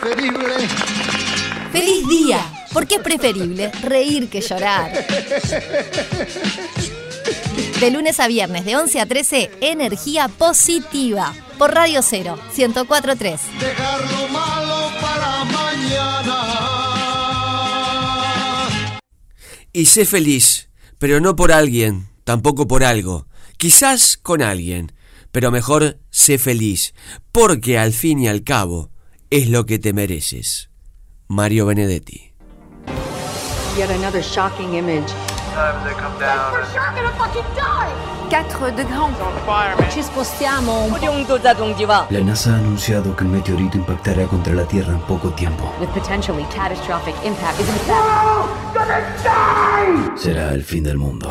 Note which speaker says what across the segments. Speaker 1: preferible.
Speaker 2: ¡Feliz día! Porque es preferible reír que llorar. De lunes a viernes, de 11 a 13, energía positiva. Por Radio Cero, 1043.
Speaker 1: Dejar lo malo para mañana.
Speaker 3: Y sé feliz, pero no por alguien, tampoco por algo. Quizás con alguien, pero mejor sé feliz, porque al fin y al cabo es lo que te mereces. Mario Benedetti.
Speaker 4: Yet another shocking image.
Speaker 5: 4 degrés.
Speaker 4: Ci spostiamo un
Speaker 6: La NASA ha anunciado que el meteorito impactará contra la Tierra en poco tiempo.
Speaker 4: with potentially catastrophic impact. Is it
Speaker 6: Será el fin del mundo.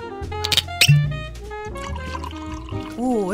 Speaker 5: Uh,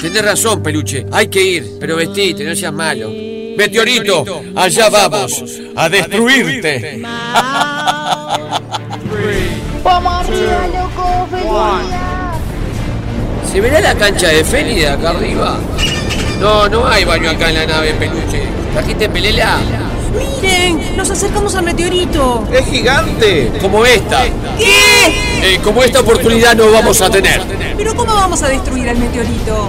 Speaker 3: Tenés razón, peluche. Hay que ir, pero vestite, no seas malo. Meteorito, allá vamos, a destruirte. ¿Se verá la cancha de Feli de acá arriba? No, no hay baño acá en la nave, peluche. ¿Trajiste pelela?
Speaker 5: ¡Miren! ¡Nos acercamos al meteorito!
Speaker 7: ¡Es gigante!
Speaker 3: Como esta.
Speaker 5: ¿Qué?
Speaker 3: Eh, como esta oportunidad no vamos a tener.
Speaker 5: ¿Pero cómo vamos a destruir al meteorito?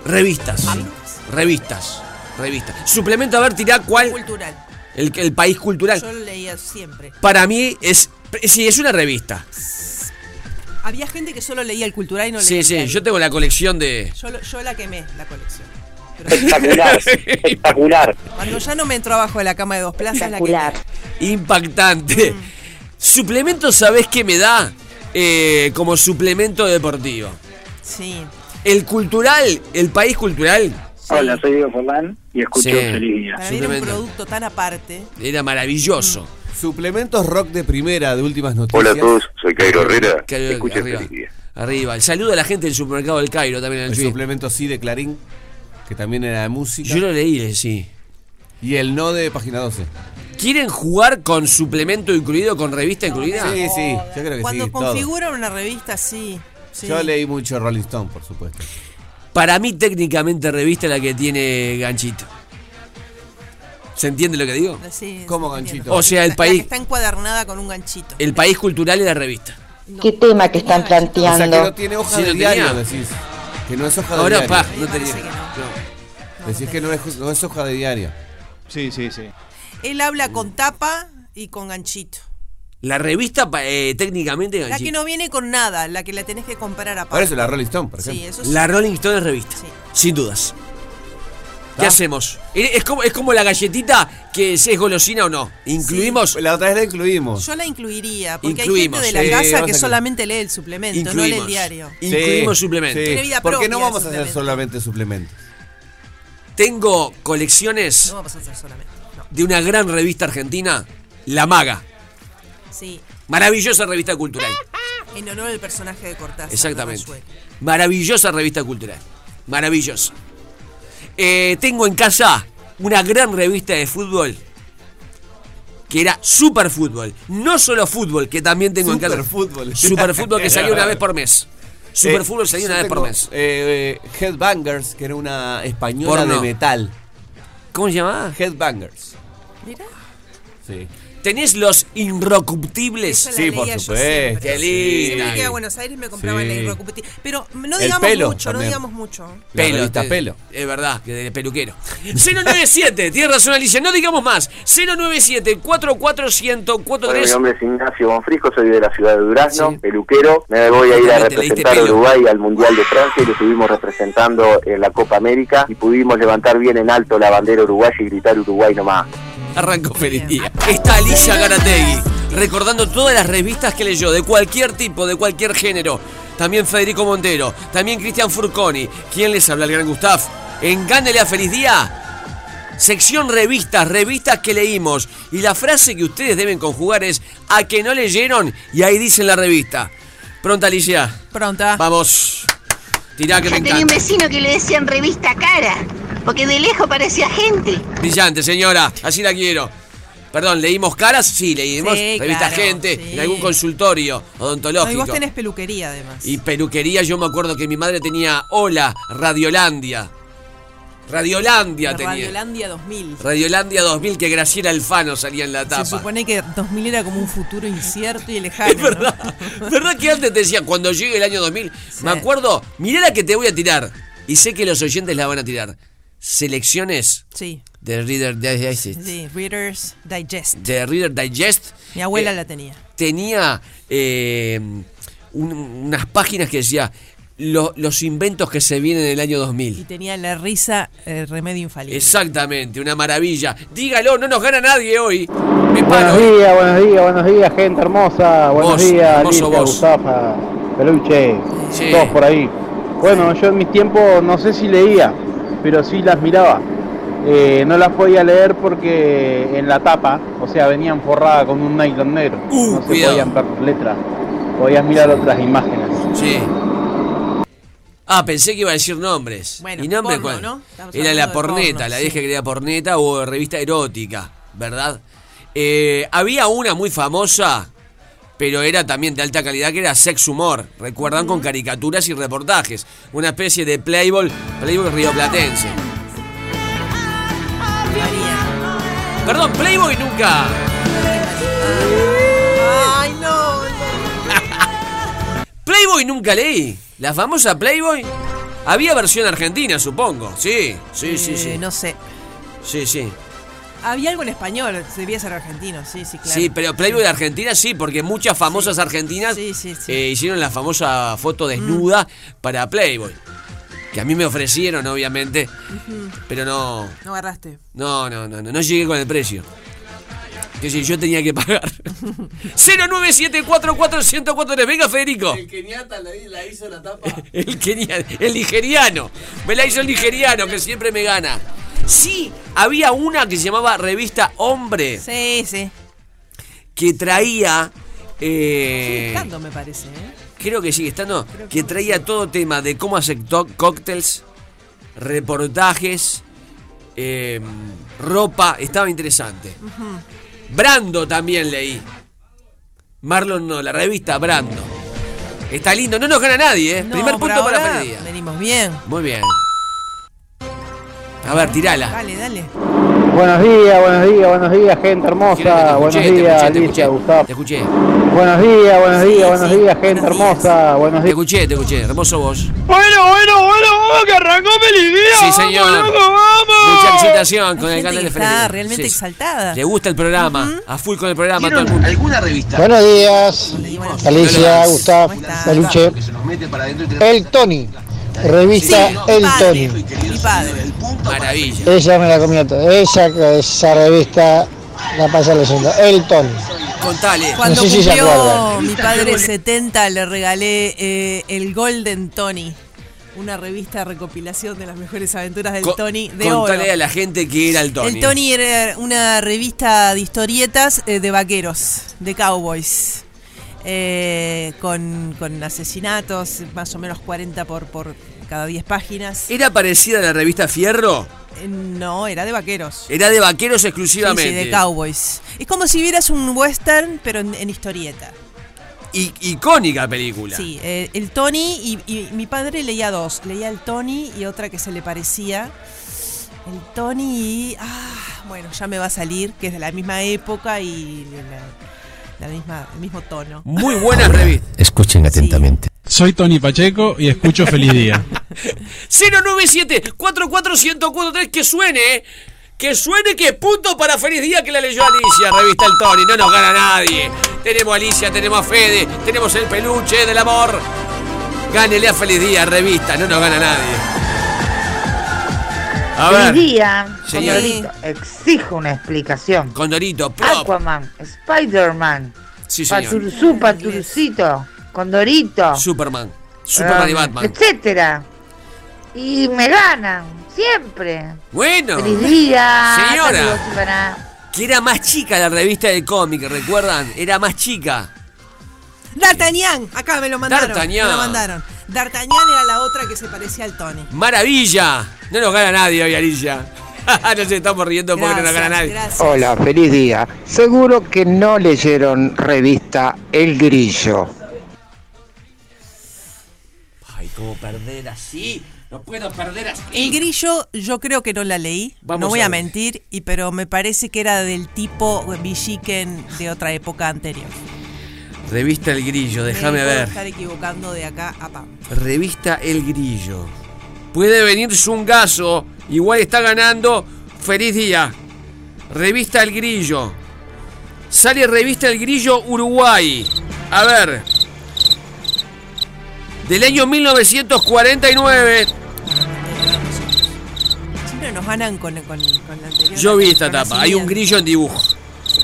Speaker 3: revistas.
Speaker 5: Vamos.
Speaker 3: Revistas, revistas. Suplemento, a ver, tirá cuál.
Speaker 5: Cultural.
Speaker 3: El, el país cultural.
Speaker 5: Yo lo leía siempre.
Speaker 3: Para mí es. Sí, es una revista.
Speaker 5: Había gente que solo leía el cultural y no leía
Speaker 3: Sí,
Speaker 5: el
Speaker 3: sí,
Speaker 5: diario.
Speaker 3: yo tengo la colección de.
Speaker 5: Yo, lo- yo la quemé, la colección.
Speaker 8: Espectacular, espectacular.
Speaker 5: Cuando ya no me entró abajo de la cama de dos plazas, la quemé.
Speaker 3: Impactante.
Speaker 5: Mm.
Speaker 3: Suplemento, ¿sabés qué me da? Eh, como suplemento deportivo.
Speaker 5: Sí.
Speaker 3: El cultural, el país cultural,
Speaker 8: Hola, soy Diego Forlán y escucho
Speaker 3: Sí.
Speaker 8: Feliz Día.
Speaker 5: Para mí era un
Speaker 3: Suplemento.
Speaker 5: producto tan aparte.
Speaker 3: era maravilloso.
Speaker 7: Suplementos rock de primera de últimas noticias.
Speaker 8: Hola a todos, soy Cairo Herrera.
Speaker 3: Cairo,
Speaker 8: Escuchen
Speaker 3: arriba.
Speaker 8: Feliz Día.
Speaker 3: Arriba. El saludo a la gente del supermercado del Cairo también en el
Speaker 7: El
Speaker 3: tweet.
Speaker 7: suplemento sí de Clarín, que también era de música.
Speaker 3: Yo lo leí, eh, sí.
Speaker 7: Y el no de página 12.
Speaker 3: ¿Quieren jugar con suplemento incluido, con revista incluida?
Speaker 7: Sí, sí, yo creo que
Speaker 5: Cuando
Speaker 7: sí. todo.
Speaker 5: configuran una revista, sí. sí.
Speaker 7: Yo leí mucho Rolling Stone, por supuesto.
Speaker 3: Para mí, técnicamente, revista es la que tiene ganchito. ¿Se entiende lo que digo?
Speaker 5: Sí,
Speaker 7: Como
Speaker 5: sí,
Speaker 7: ganchito.
Speaker 5: entiendo.
Speaker 3: O sea, el
Speaker 5: La- la
Speaker 3: país-
Speaker 5: que está encuadernada con un ganchito.
Speaker 3: El país cultural y la revista.
Speaker 2: ¿Qué tema que están
Speaker 7: O sea, que no
Speaker 2: planteando?
Speaker 7: tiene hoja
Speaker 3: Sí,
Speaker 7: de
Speaker 3: lo
Speaker 7: diario,
Speaker 3: tenía.
Speaker 7: decís. Que no es hoja de
Speaker 3: Ahora,
Speaker 7: diario.
Speaker 3: pa, no tenía.
Speaker 5: parece que no.
Speaker 7: Decís que no es, no es hoja de diario.
Speaker 5: Él habla con tapa y con ganchito.
Speaker 3: La revista, pa- eh, técnicamente,
Speaker 5: La que
Speaker 3: ganchito.
Speaker 5: no viene con nada, la que la tenés que comprar aparte.
Speaker 7: Por eso la Rolling Stone, por
Speaker 5: Sí,
Speaker 7: ejemplo.
Speaker 5: eso sí.
Speaker 3: La Rolling Stone es revista.
Speaker 5: Sí.
Speaker 3: Sin dudas. ¿Qué
Speaker 7: ¿Está?
Speaker 3: hacemos? Eh, Es como, es como la galletita que si es golosina o no. Incluimos
Speaker 7: La otra vez la incluimos.
Speaker 5: Yo la incluiría, porque
Speaker 3: Incluimos,
Speaker 5: hay gente de
Speaker 7: sí,
Speaker 5: la casa
Speaker 7: vamos
Speaker 5: que
Speaker 7: a-
Speaker 5: solamente lee el suplemento, no lee el diario.
Speaker 7: Sí,
Speaker 3: Incluimos suplementos.
Speaker 7: sí.
Speaker 5: Tiene vida
Speaker 7: ¿Por qué
Speaker 5: propia
Speaker 7: no
Speaker 5: el
Speaker 7: vamos a hacer
Speaker 5: suplemento.
Speaker 7: solamente suplementos?
Speaker 3: Tengo colecciones
Speaker 5: No vamos a hacer solamente. No.
Speaker 3: de una gran revista argentina, La Maga.
Speaker 5: Sí,
Speaker 3: Maravillosa revista cultural.
Speaker 5: en honor al personaje de Cortázar.
Speaker 3: Exactamente.
Speaker 5: Ramayue.
Speaker 3: Maravillosa revista cultural. Maravillosa. Eh, tengo en casa una gran revista de fútbol que era Super Fútbol. No solo fútbol, que también tengo en casa.
Speaker 7: Superfútbol.
Speaker 3: Super Fútbol que salía una vez por mes. Super Fútbol salía una vez por mes.
Speaker 7: Eh, eh, Headbangers, que era una española
Speaker 3: Porno.
Speaker 7: de metal.
Speaker 3: ¿Cómo se llamaba?
Speaker 7: Headbangers.
Speaker 5: Mirá,
Speaker 7: Sí.
Speaker 3: Tenés los Inrocuptibles.
Speaker 5: esa la
Speaker 7: Sí,
Speaker 5: leía
Speaker 7: por
Speaker 5: yo
Speaker 7: supuesto.
Speaker 5: siempre.
Speaker 3: Qué linda.
Speaker 5: Siempre que iba a Buenos Aires me compraban
Speaker 7: Sí.
Speaker 5: la Irrecuptible. Pero no
Speaker 7: El
Speaker 5: digamos
Speaker 7: pelo
Speaker 5: mucho, no
Speaker 7: también.
Speaker 5: digamos mucho.
Speaker 7: La
Speaker 3: Pelo,
Speaker 7: revista
Speaker 3: te-
Speaker 7: Pelo.
Speaker 3: Es verdad, que de peluquero. 097, tienes razón Alicia, no digamos más. 097
Speaker 8: Bueno, mi
Speaker 3: 44143
Speaker 8: nombre es Ignacio Bonfrisco, soy de la ciudad de Durazno,
Speaker 3: Sí.
Speaker 8: peluquero. Me voy a ir a
Speaker 3: Justamente, le diste
Speaker 8: representar a
Speaker 3: pelo.
Speaker 8: Uruguay al Mundial de Francia y lo estuvimos representando en la Copa América y pudimos levantar bien en alto la bandera uruguaya y gritar Uruguay nomás.
Speaker 3: Arranco feliz día. Está Alicia Garategui, recordando todas las revistas que leyó, de cualquier tipo, de cualquier género. También Federico Montero, también Cristian Furconi. ¿Quién les habla? El gran Gustav. Engánele a feliz día. Sección revistas, revistas que leímos. Y la frase que ustedes deben conjugar es a que no leyeron y ahí dicen la revista. Pronta Alicia.
Speaker 5: Pronta.
Speaker 3: Vamos. Tirá que me
Speaker 2: Tenía un
Speaker 3: encanta.
Speaker 2: vecino que le decían revista cara, porque de lejos parecía gente.
Speaker 3: Brillante, señora. Así la quiero. Perdón, ¿leímos caras? Sí, leímos
Speaker 5: Sí,
Speaker 3: revista
Speaker 5: claro,
Speaker 3: Gente,
Speaker 5: sí.
Speaker 3: en algún consultorio
Speaker 5: No, y
Speaker 3: odontológico.
Speaker 5: vos tenés peluquería además.
Speaker 3: Y peluquería, yo me acuerdo que mi madre tenía Hola, Radiolandia. Radiolandia
Speaker 5: La
Speaker 3: tenía.
Speaker 5: Radiolandia 2000.
Speaker 3: Radiolandia 2000, que Graciela Alfano salía en la tapa.
Speaker 5: Se supone que 2000 era como un futuro incierto y lejano.
Speaker 3: Es verdad.
Speaker 5: ¿no?
Speaker 3: ¿Verdad que antes te decían cuando llegue el año 2000?
Speaker 5: Sí.
Speaker 3: Me acuerdo, mirá la que te voy a tirar. Y sé que los oyentes la van a tirar. Selecciones
Speaker 5: Sí,
Speaker 3: de Reader Digest.
Speaker 5: sí, Reader's Digest.
Speaker 3: De Reader Digest.
Speaker 5: Mi abuela
Speaker 3: Eh,
Speaker 5: la tenía.
Speaker 3: tenía eh, un- unas páginas que decía "Lo- los inventos que se vienen en el año
Speaker 5: Y
Speaker 3: 2000.
Speaker 5: tenía la risa eh, remedio infalible.
Speaker 3: Exactamente, una maravilla. Dígalo, no nos gana nadie hoy. Me
Speaker 9: Buenos
Speaker 3: paro.
Speaker 9: días, buenos días, buenos días, gente hermosa. Buenos
Speaker 3: eh. Vos,
Speaker 9: días,
Speaker 3: hermoso
Speaker 9: Alicia,
Speaker 3: vos.
Speaker 9: Gustafa, Peluche,
Speaker 3: Sí.
Speaker 9: todos por ahí. Bueno, yo en mis tiempos no sé si leía, pero sí las miraba. eh, no las podía leer porque en la tapa, o sea, venían forradas con un nylon negro. no se
Speaker 3: Uh, cuidado.
Speaker 9: podían ver letras. Podías mirar otras imágenes.
Speaker 3: Sí. Ah, pensé que iba a decir nombres. ¿Y nombre
Speaker 5: porno,
Speaker 3: cuál?
Speaker 5: ¿no? Estamos
Speaker 3: Era
Speaker 5: hablando
Speaker 3: la
Speaker 5: de
Speaker 3: porneta,
Speaker 5: porno,
Speaker 3: la
Speaker 5: sí.
Speaker 3: dije que era porneta o revista erótica, ¿verdad? Eh, había una muy famosa, pero era también de alta calidad, que era Sex Humor. Recuerdan con caricaturas y reportajes. Una especie de Playboy, Playboy rioplatense. Perdón, Playboy nunca.
Speaker 5: Ay, no.
Speaker 3: Playboy nunca leí. La famosa Playboy. Había versión argentina, supongo. Sí, sí, sí, sí.
Speaker 5: Eh, No sé.
Speaker 3: Sí, sí.
Speaker 5: Había algo en español, debía ser argentino, sí, sí, claro.
Speaker 3: Sí, pero Playboy de Argentina sí, porque muchas famosas argentinas eh, hicieron la famosa foto desnuda para Playboy. Que a mí me ofrecieron, obviamente,
Speaker 5: Ujú.
Speaker 3: pero no.
Speaker 5: No agarraste.
Speaker 3: No, no, no, no, no llegué con el precio. Que si yo tenía que pagar. 097441043. Venga, Federico.
Speaker 7: Kenyatta la, hizo la tapa.
Speaker 3: El, kenia- el nigeriano. Me la hizo el nigeriano, que siempre me gana. Sí, había una que se llamaba Revista Hombre.
Speaker 5: Sí, sí.
Speaker 3: Que traía. eh,
Speaker 5: Tanto me parece, ¿eh?
Speaker 3: creo que sigue estando, que traía todo tema de cómo hacer to- cócteles, reportajes, eh, ropa, estaba interesante. Brando también leí. Marlon no, la revista Brando. Está lindo, no nos gana nadie, ¿eh?
Speaker 5: No,
Speaker 3: Primer
Speaker 5: por
Speaker 3: punto para
Speaker 5: ahora
Speaker 3: perdida.
Speaker 5: Venimos bien.
Speaker 3: Muy bien. A ver, tirala.
Speaker 5: Dale, dale.
Speaker 9: Buenos días, buenos días, buenos días, gente hermosa. buenos
Speaker 3: te
Speaker 9: días,
Speaker 3: escuché, te
Speaker 9: Alicia, Gustavo.
Speaker 3: Te escuché.
Speaker 9: Buenos días, buenos días, buenos días, gente hermosa. Buenos
Speaker 3: Te escuché, te escuché. Hermoso vos.
Speaker 10: Bueno, bueno, bueno, vamos ¡Oh, que arrancó feliz día.
Speaker 3: Sí,
Speaker 10: vamos,
Speaker 3: señor.
Speaker 10: loco, vamos.
Speaker 3: Mucha excitación con el
Speaker 5: Gente
Speaker 3: canal
Speaker 5: que
Speaker 3: de
Speaker 5: está
Speaker 3: Freddy.
Speaker 5: realmente
Speaker 3: Sí, sí.
Speaker 5: exaltada.
Speaker 3: Le gusta el programa, a full con el programa todo el mundo. ¿Alguna revista?
Speaker 9: Buenos días, Alicia, Gustavo, Peluche. El Tony, revista El Tony.
Speaker 5: Mi padre.
Speaker 3: Maravilla.
Speaker 9: Ella me la comió toda. Esa, esa revista la pasa leyendo. El Tony.
Speaker 3: Contale.
Speaker 5: Cuando
Speaker 9: No sé si se
Speaker 5: cumplió
Speaker 9: acuerdan.
Speaker 5: mi padre 70 le regalé eh, el Golden Tony, una revista de recopilación de las mejores aventuras del
Speaker 3: Co-
Speaker 5: Tony de
Speaker 3: contale
Speaker 5: oro.
Speaker 3: a la gente que era el Tony. ¿eh?
Speaker 5: El Tony era una revista de historietas eh, de vaqueros, de cowboys, eh, con, con asesinatos, más o menos 40 por, por cada 10 páginas.
Speaker 3: ¿Era parecida a la revista Fierro?
Speaker 5: Eh, No, era de vaqueros.
Speaker 3: Era de vaqueros
Speaker 5: Sí,
Speaker 3: exclusivamente.
Speaker 5: sí, de cowboys. Es como si vieras un western, pero en- en historieta.
Speaker 3: I- icónica película.
Speaker 5: Sí, eh, el Tony y, y mi padre leía dos. Leía el Tony y otra que se le parecía. El Tony y. Ah, bueno, ya me va a salir, que es de la misma época y la, la misma, el mismo tono.
Speaker 3: Muy buena revista.
Speaker 8: Escuchen atentamente. Soy Tony Pacheco y escucho Feliz Día.
Speaker 3: 097 44143 que suene, eh. que suene que punto para feliz día que la leyó Alicia, revista El Tony, no nos gana nadie. Tenemos a Alicia, tenemos a Fede, tenemos el peluche del amor. Gánele a feliz día, revista, no nos gana nadie. A
Speaker 11: Feliz
Speaker 3: ver,
Speaker 11: día,
Speaker 3: Señor.
Speaker 11: Condorito. Exijo una explicación.
Speaker 3: Condorito,
Speaker 11: Ah,
Speaker 3: prop.
Speaker 11: Aquaman, Spider-Man,
Speaker 3: Sí, señor.
Speaker 11: Paturuzú, Paturcito, Condorito,
Speaker 3: Superman. Superman y
Speaker 11: um,
Speaker 3: Batman.
Speaker 11: etcétera. Y me ganan, siempre.
Speaker 3: Bueno.
Speaker 11: Feliz día.
Speaker 3: Señora.
Speaker 11: saludos, Silvana.
Speaker 3: Que era más chica la revista del cómic, ¿recuerdan? Era más chica.
Speaker 5: D'Artagnan, acá me lo mandaron.
Speaker 3: D'Artagnan.
Speaker 5: Me lo mandaron. D'Artagnan era la otra que se parecía al Tony.
Speaker 3: ¡Maravilla! No nos gana nadie hoy, Alicia. nos estamos riendo porque no nos gana nadie.
Speaker 12: Hola, feliz día. Seguro que no leyeron revista El Grillo.
Speaker 3: Ay, cómo perder así. No puedo perder así.
Speaker 5: El grillo, yo creo que no la leí,
Speaker 3: Vamos
Speaker 5: no voy
Speaker 3: a
Speaker 5: a,
Speaker 3: ver.
Speaker 5: mentir, y pero me parece que era del tipo Villiquen de otra época anterior.
Speaker 3: Revista El Grillo, déjame
Speaker 5: Me puedo
Speaker 3: ver.
Speaker 5: estar equivocando de acá a Pam.
Speaker 3: Revista El Grillo. Puede venir Zungazo. Igual está ganando. Feliz día. Revista El Grillo. Sale Revista El Grillo Uruguay. A ver. Del año 1949.
Speaker 5: Siempre nos ganan con, con, con la anterior.
Speaker 3: Yo vi esta
Speaker 5: Con la
Speaker 3: tapa. Hay un
Speaker 5: siguiente.
Speaker 3: grillo en dibujo.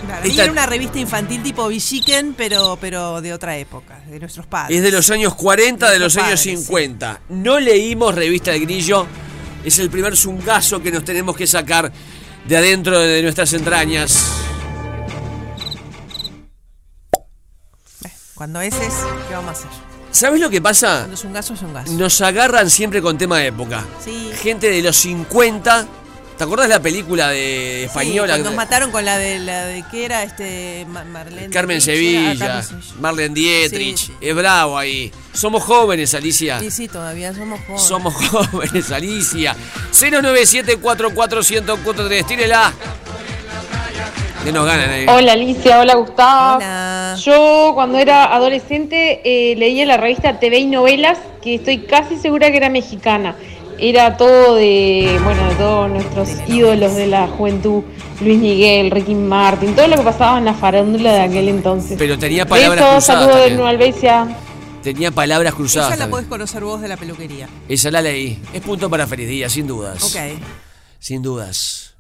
Speaker 5: Claro, ahí
Speaker 3: esta-
Speaker 5: Era una revista infantil tipo Villiquen, pero, pero de otra época, de nuestros padres.
Speaker 3: Es de los años 40, de los años 50. No leímos Revista El Grillo, Es el primer zungazo que nos tenemos que sacar de adentro de nuestras entrañas.
Speaker 5: Cuando ese es, ¿qué vamos a hacer?
Speaker 3: ¿Sabes lo que pasa?
Speaker 5: Cuando es un gaso, es un gaso.
Speaker 3: Nos agarran siempre con tema de época.
Speaker 5: Sí.
Speaker 3: Gente de los 50. ¿Te acordás la película de española?
Speaker 5: Sí, nos mataron con la de la de que era este Ma- Marlene.
Speaker 3: Carmen
Speaker 5: Dietrich, era- ah,
Speaker 3: Sevilla,
Speaker 5: Carmen Sevilla.
Speaker 3: Marlene Dietrich, es bravo ahí. Somos jóvenes, Alicia.
Speaker 5: Sí, sí, todavía somos jóvenes.
Speaker 3: Somos jóvenes, Alicia. 097-44143, tírela. Que nos ganan ahí.
Speaker 13: Hola Alicia, hola Gustavo. Yo cuando era adolescente eh, leía la revista TV y novelas, que estoy casi segura que era mexicana. Era todo de, bueno, de todos nuestros ídolos de la juventud, Luis Miguel, Ricky Martin, todo lo que pasaba en la farándula de aquel entonces.
Speaker 3: Pero tenía palabras
Speaker 13: Besos,
Speaker 3: cruzadas.
Speaker 13: saludos de
Speaker 3: también.
Speaker 13: nuevo a Albesia.
Speaker 3: Tenía palabras cruzadas.
Speaker 5: Esa la
Speaker 3: también.
Speaker 5: podés conocer vos de la peluquería.
Speaker 3: Esa la leí. Es punto para feliz día, sin dudas.
Speaker 5: Ok.
Speaker 3: Sin dudas.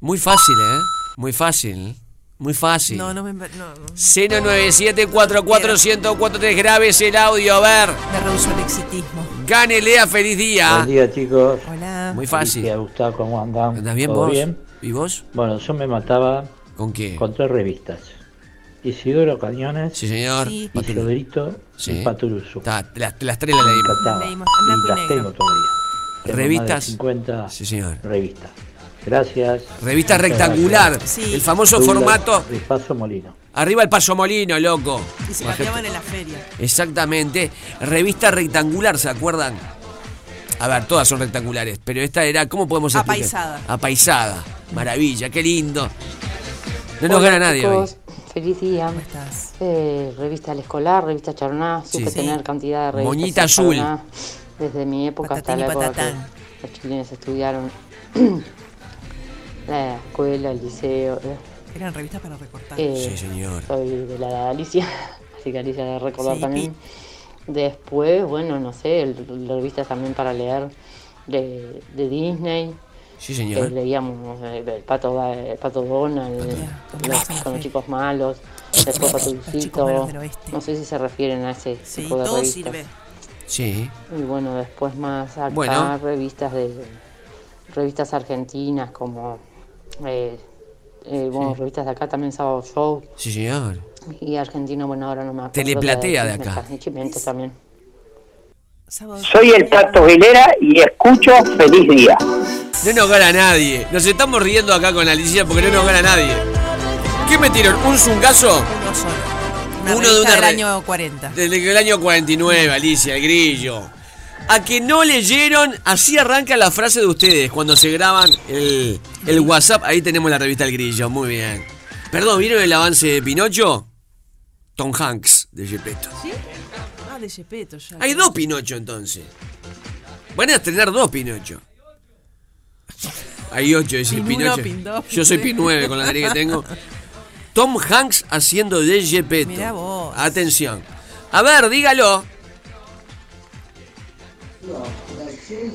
Speaker 3: Muy fácil, ¿eh? Muy fácil. Muy fácil.
Speaker 5: No, no me. No, no.
Speaker 3: Seno 9744143 graves el audio, a ver.
Speaker 5: Me rehuso el exitismo.
Speaker 3: Gánele a feliz día.
Speaker 14: Buen día, chicos.
Speaker 5: Hola.
Speaker 3: Muy fácil.
Speaker 14: Alicia, Gustavo, ¿cómo andan?
Speaker 3: ¿Andás bien
Speaker 14: ¿Todo
Speaker 3: vos?
Speaker 14: bien?
Speaker 3: ¿Y vos?
Speaker 14: Bueno, yo me mataba.
Speaker 3: ¿Con qué?
Speaker 14: Con tres revistas. Isidoro Cañones.
Speaker 3: Sí, señor.
Speaker 14: Y
Speaker 3: Paturu-
Speaker 14: Fioderito
Speaker 3: Sí.
Speaker 14: y Paturuzu.
Speaker 3: las, las tres las leímos.
Speaker 14: Encantaba.
Speaker 5: Leímos en
Speaker 14: Y
Speaker 5: blanco y
Speaker 14: las
Speaker 5: negro.
Speaker 14: tengo todavía. Tengo
Speaker 3: Revistas.
Speaker 14: más de 50
Speaker 3: Sí, señor.
Speaker 14: revistas. Gracias.
Speaker 3: Revista
Speaker 14: Muchas
Speaker 3: rectangular.
Speaker 14: gracias.
Speaker 3: El famoso
Speaker 14: Douglas
Speaker 3: formato.
Speaker 14: Rifazo Molino.
Speaker 3: Arriba el paso molino, loco.
Speaker 5: Y se cambiaban en la feria.
Speaker 3: Exactamente. Revista rectangular, ¿se acuerdan? A ver, todas son rectangulares, pero esta era, ¿cómo podemos explicar?
Speaker 5: Apaisada.
Speaker 3: Apaisada. Maravilla, qué lindo. No nos
Speaker 15: Hola,
Speaker 3: gana nadie hoy.
Speaker 15: chicos. Feliz día. Eh, revista El Escolar, revista Charná. Supe
Speaker 3: Sí.
Speaker 15: tener cantidad de revistas.
Speaker 3: Moñita
Speaker 15: en
Speaker 3: azul.
Speaker 15: Charná, Desde mi época hasta la
Speaker 5: Patatín y
Speaker 15: época
Speaker 5: patatán.
Speaker 15: que los chilenos estudiaron la escuela, el liceo. eh.
Speaker 5: Eran revistas para recortar.
Speaker 15: Eh, Soy de la edad de Alicia, así que Alicia la recordar
Speaker 5: Sí,
Speaker 15: también. Después, bueno, no sé, el- las revistas también para leer de, de Disney.
Speaker 3: Sí, señor.
Speaker 15: Eh, leíamos no sé, el pato, Ba- el pato Donald, los- con los chicos malos, después Patucito. No sé si se refieren a ese tipo de
Speaker 5: todo
Speaker 15: revistas.
Speaker 5: sirve.
Speaker 3: Sí.
Speaker 15: Y bueno, después más acá
Speaker 3: Bueno.
Speaker 15: revistas de revistas argentinas como eh, eh, bueno,
Speaker 3: Sí.
Speaker 15: revistas de acá también Sábado Show
Speaker 3: Sí, señor.
Speaker 15: y argentino, bueno, ahora no me acuerdo.
Speaker 3: Teleplatea de
Speaker 15: Disney,
Speaker 3: acá.
Speaker 15: Carnicimiento también.
Speaker 16: Soy el Pato Velera y escucho Feliz Día.
Speaker 3: No nos gana nadie. Nos estamos riendo acá con Alicia porque no nos gana nadie. ¿Qué metieron? ¿Un zungazo?
Speaker 5: Uno solo. Una
Speaker 3: Uno de
Speaker 5: revista
Speaker 3: una
Speaker 5: del
Speaker 3: re-
Speaker 5: año 40.
Speaker 3: Desde el año 49, Alicia, el grillo. A que no leyeron, así arranca la frase de ustedes cuando se graban el, el WhatsApp. Ahí tenemos la revista El Grillo, muy bien. Perdón, ¿vieron el avance de Pinocho? Tom Hanks, de Gepetto.
Speaker 5: ¿Sí? Ah, de Gepetto ya.
Speaker 3: Hay dos Pinocho entonces. Van a estrenar dos Pinocho. Hay ocho, dice
Speaker 5: Pin uno,
Speaker 3: Pinocho.
Speaker 5: pin dos, pin
Speaker 3: Yo soy
Speaker 5: tres.
Speaker 3: Pin 9 con la nariz que tengo. Tom Hanks haciendo de Gepetto.
Speaker 5: Mirá vos.
Speaker 3: Atención. A ver, dígalo.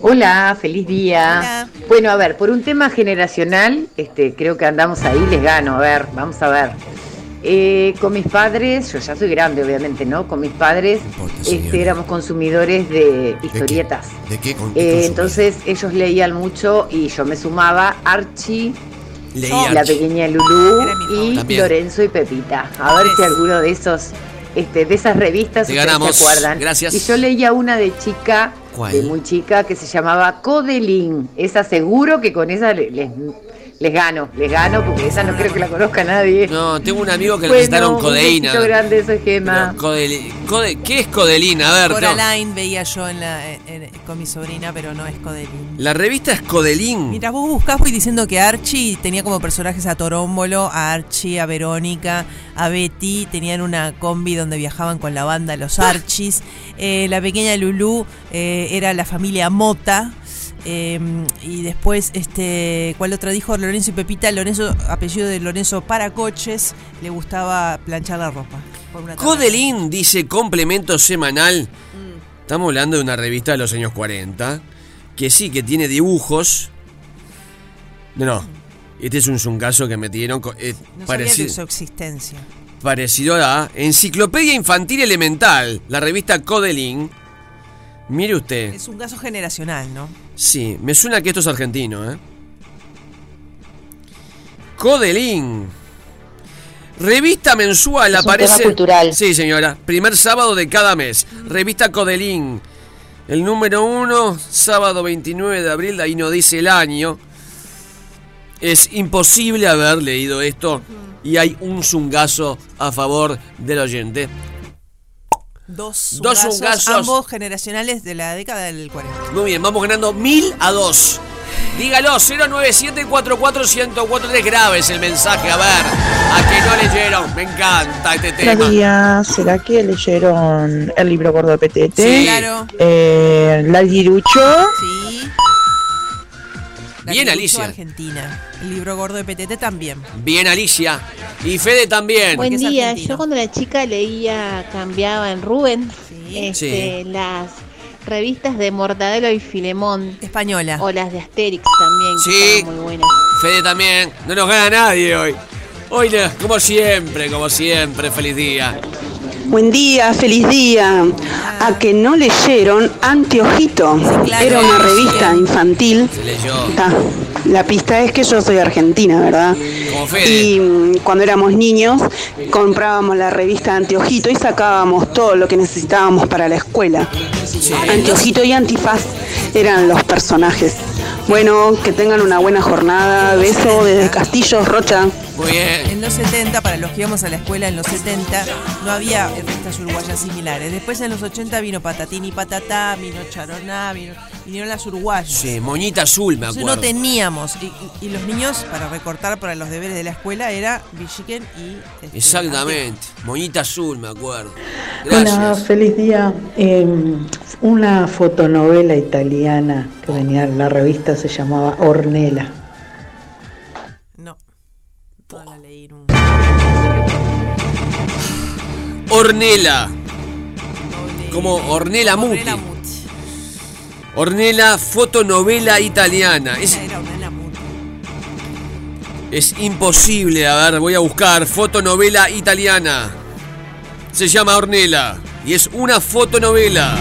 Speaker 2: Hola, feliz día. Bueno, a ver, por un tema generacional, este, creo que andamos ahí, les gano, a ver, vamos a ver. Eh, con mis padres, yo ya soy grande obviamente, ¿no? Con mis padres este, éramos consumidores de historietas.
Speaker 3: ¿De qué? Con-
Speaker 2: Eh,
Speaker 3: con-
Speaker 2: entonces ellos leían mucho y yo me sumaba Archie,
Speaker 3: Leí
Speaker 2: la
Speaker 3: Archie.
Speaker 2: pequeña Lulú y
Speaker 3: También.
Speaker 2: Lorenzo y Pepita. A ver si alguno de esos, este, de esas revistas
Speaker 3: Te
Speaker 2: ustedes
Speaker 3: ganamos.
Speaker 2: se acuerdan.
Speaker 3: Gracias.
Speaker 2: Y yo leía una de chica,
Speaker 3: ¿Cuál?
Speaker 2: de muy chica, que se llamaba Codelin. Esa seguro que con esa le- les, les gano, les gano, porque esa no creo que la conozca nadie.
Speaker 3: No, tengo un amigo que le
Speaker 2: Bueno,
Speaker 3: recetaron
Speaker 2: un
Speaker 3: codeína.
Speaker 2: besito grande, soy Gema.
Speaker 3: Codeli- code- ¿Qué es codelina? A ver, no.
Speaker 5: Coraline veía yo en la, en- en- con mi sobrina, pero no es Codelín.
Speaker 3: La revista es Codelín.
Speaker 5: Mira, vos buscás voy diciendo que Archie tenía como personajes a Torómbolo, a Archie, a Verónica, a Betty, tenían una combi donde viajaban con la banda Los Archies, Eh, la pequeña Lulú eh, era la familia Mota. eh, y después, este, ¿cuál otro dijo? Lorenzo y Pepita, Lorenzo, apellido de Lorenzo para coches, le gustaba planchar la ropa. por una tarde.
Speaker 3: Codelín dice complemento semanal.
Speaker 5: Mm.
Speaker 3: Estamos hablando de una revista de los años 40. Que sí, que tiene dibujos. No, no. Este es un zungazo que metieron. co- eh,
Speaker 5: No sabía de su
Speaker 3: parecido,
Speaker 5: existencia.
Speaker 3: parecido a la Enciclopedia Infantil Elemental. La revista Codelín Mire usted.
Speaker 5: Es un caso generacional, ¿no?
Speaker 3: Sí, me suena que esto es argentino, ¿eh? Codelín. Revista mensual
Speaker 11: Es un
Speaker 3: aparece.
Speaker 11: tema cultural.
Speaker 3: Sí, señora. Primer sábado de cada mes. Revista Codelín. El número uno, sábado 29 de abril, de ahí no dice el año. Es imposible haber leído esto. Y hay un zungazo a favor del oyente.
Speaker 5: Dos
Speaker 3: Dos
Speaker 5: zungazos,
Speaker 3: zungazos.
Speaker 5: ambos generacionales de la década del 40.
Speaker 3: Muy bien, vamos ganando 1000 a 2. Dígalo, 097-44143 graves el mensaje. A ver, a que no leyeron. Me encanta este tema.
Speaker 17: día, ¿será que leyeron el libro Gordo de Petete?
Speaker 3: Sí. Claro.
Speaker 17: Eh, la Guirucho.
Speaker 5: Sí.
Speaker 3: Bien, Alicia.
Speaker 5: Argentina. El libro gordo de PTT también.
Speaker 3: Bien, Alicia. Y Fede también.
Speaker 18: Buen día, yo cuando era chica leía, cambiaba en Rubén este, las revistas de Mortadelo y Filemón.
Speaker 5: Española.
Speaker 18: O las de Asterix también, que
Speaker 3: Sí.
Speaker 18: estaban muy buenas.
Speaker 3: Fede también. No nos gana nadie hoy. Hoy, no, como siempre, como siempre, feliz día.
Speaker 19: Buen día, feliz día.
Speaker 5: Ah.
Speaker 19: A que no leyeron Antiojito. Era una revista infantil.
Speaker 3: Se leyó.
Speaker 19: Ta, La pista es que yo soy argentina, ¿verdad?
Speaker 3: Como Fede.
Speaker 19: Y mm, cuando éramos niños comprábamos la revista Antiojito y sacábamos todo lo que necesitábamos para la escuela. Antiojito y Antifaz eran los personajes. Bueno, que tengan una buena jornada. Beso desde Castillos, Rocha.
Speaker 3: Muy bien.
Speaker 5: En los 70, para los que íbamos a la escuela en los 70, no había revistas uruguayas similares. Después en los 80 vino Patatín y Patatá, vino Charoná, vino, vinieron las uruguayas.
Speaker 3: Sí, moñita azul, me
Speaker 5: Entonces
Speaker 3: acuerdo.
Speaker 5: no teníamos. Y, y- y los niños, para recortar para los deberes de la escuela, era Villiquen y... este,
Speaker 3: Exactamente. Moñita azul, me acuerdo.
Speaker 17: Hola, feliz día. Eh, una fotonovela italiana que venía en la revista se llamaba Ornella.
Speaker 3: Ornella. Como Ornella Muti. Ornella, fotonovela italiana. Es, es imposible, a ver, voy a buscar fotonovela italiana. Se llama Ornella y es una fotonovela.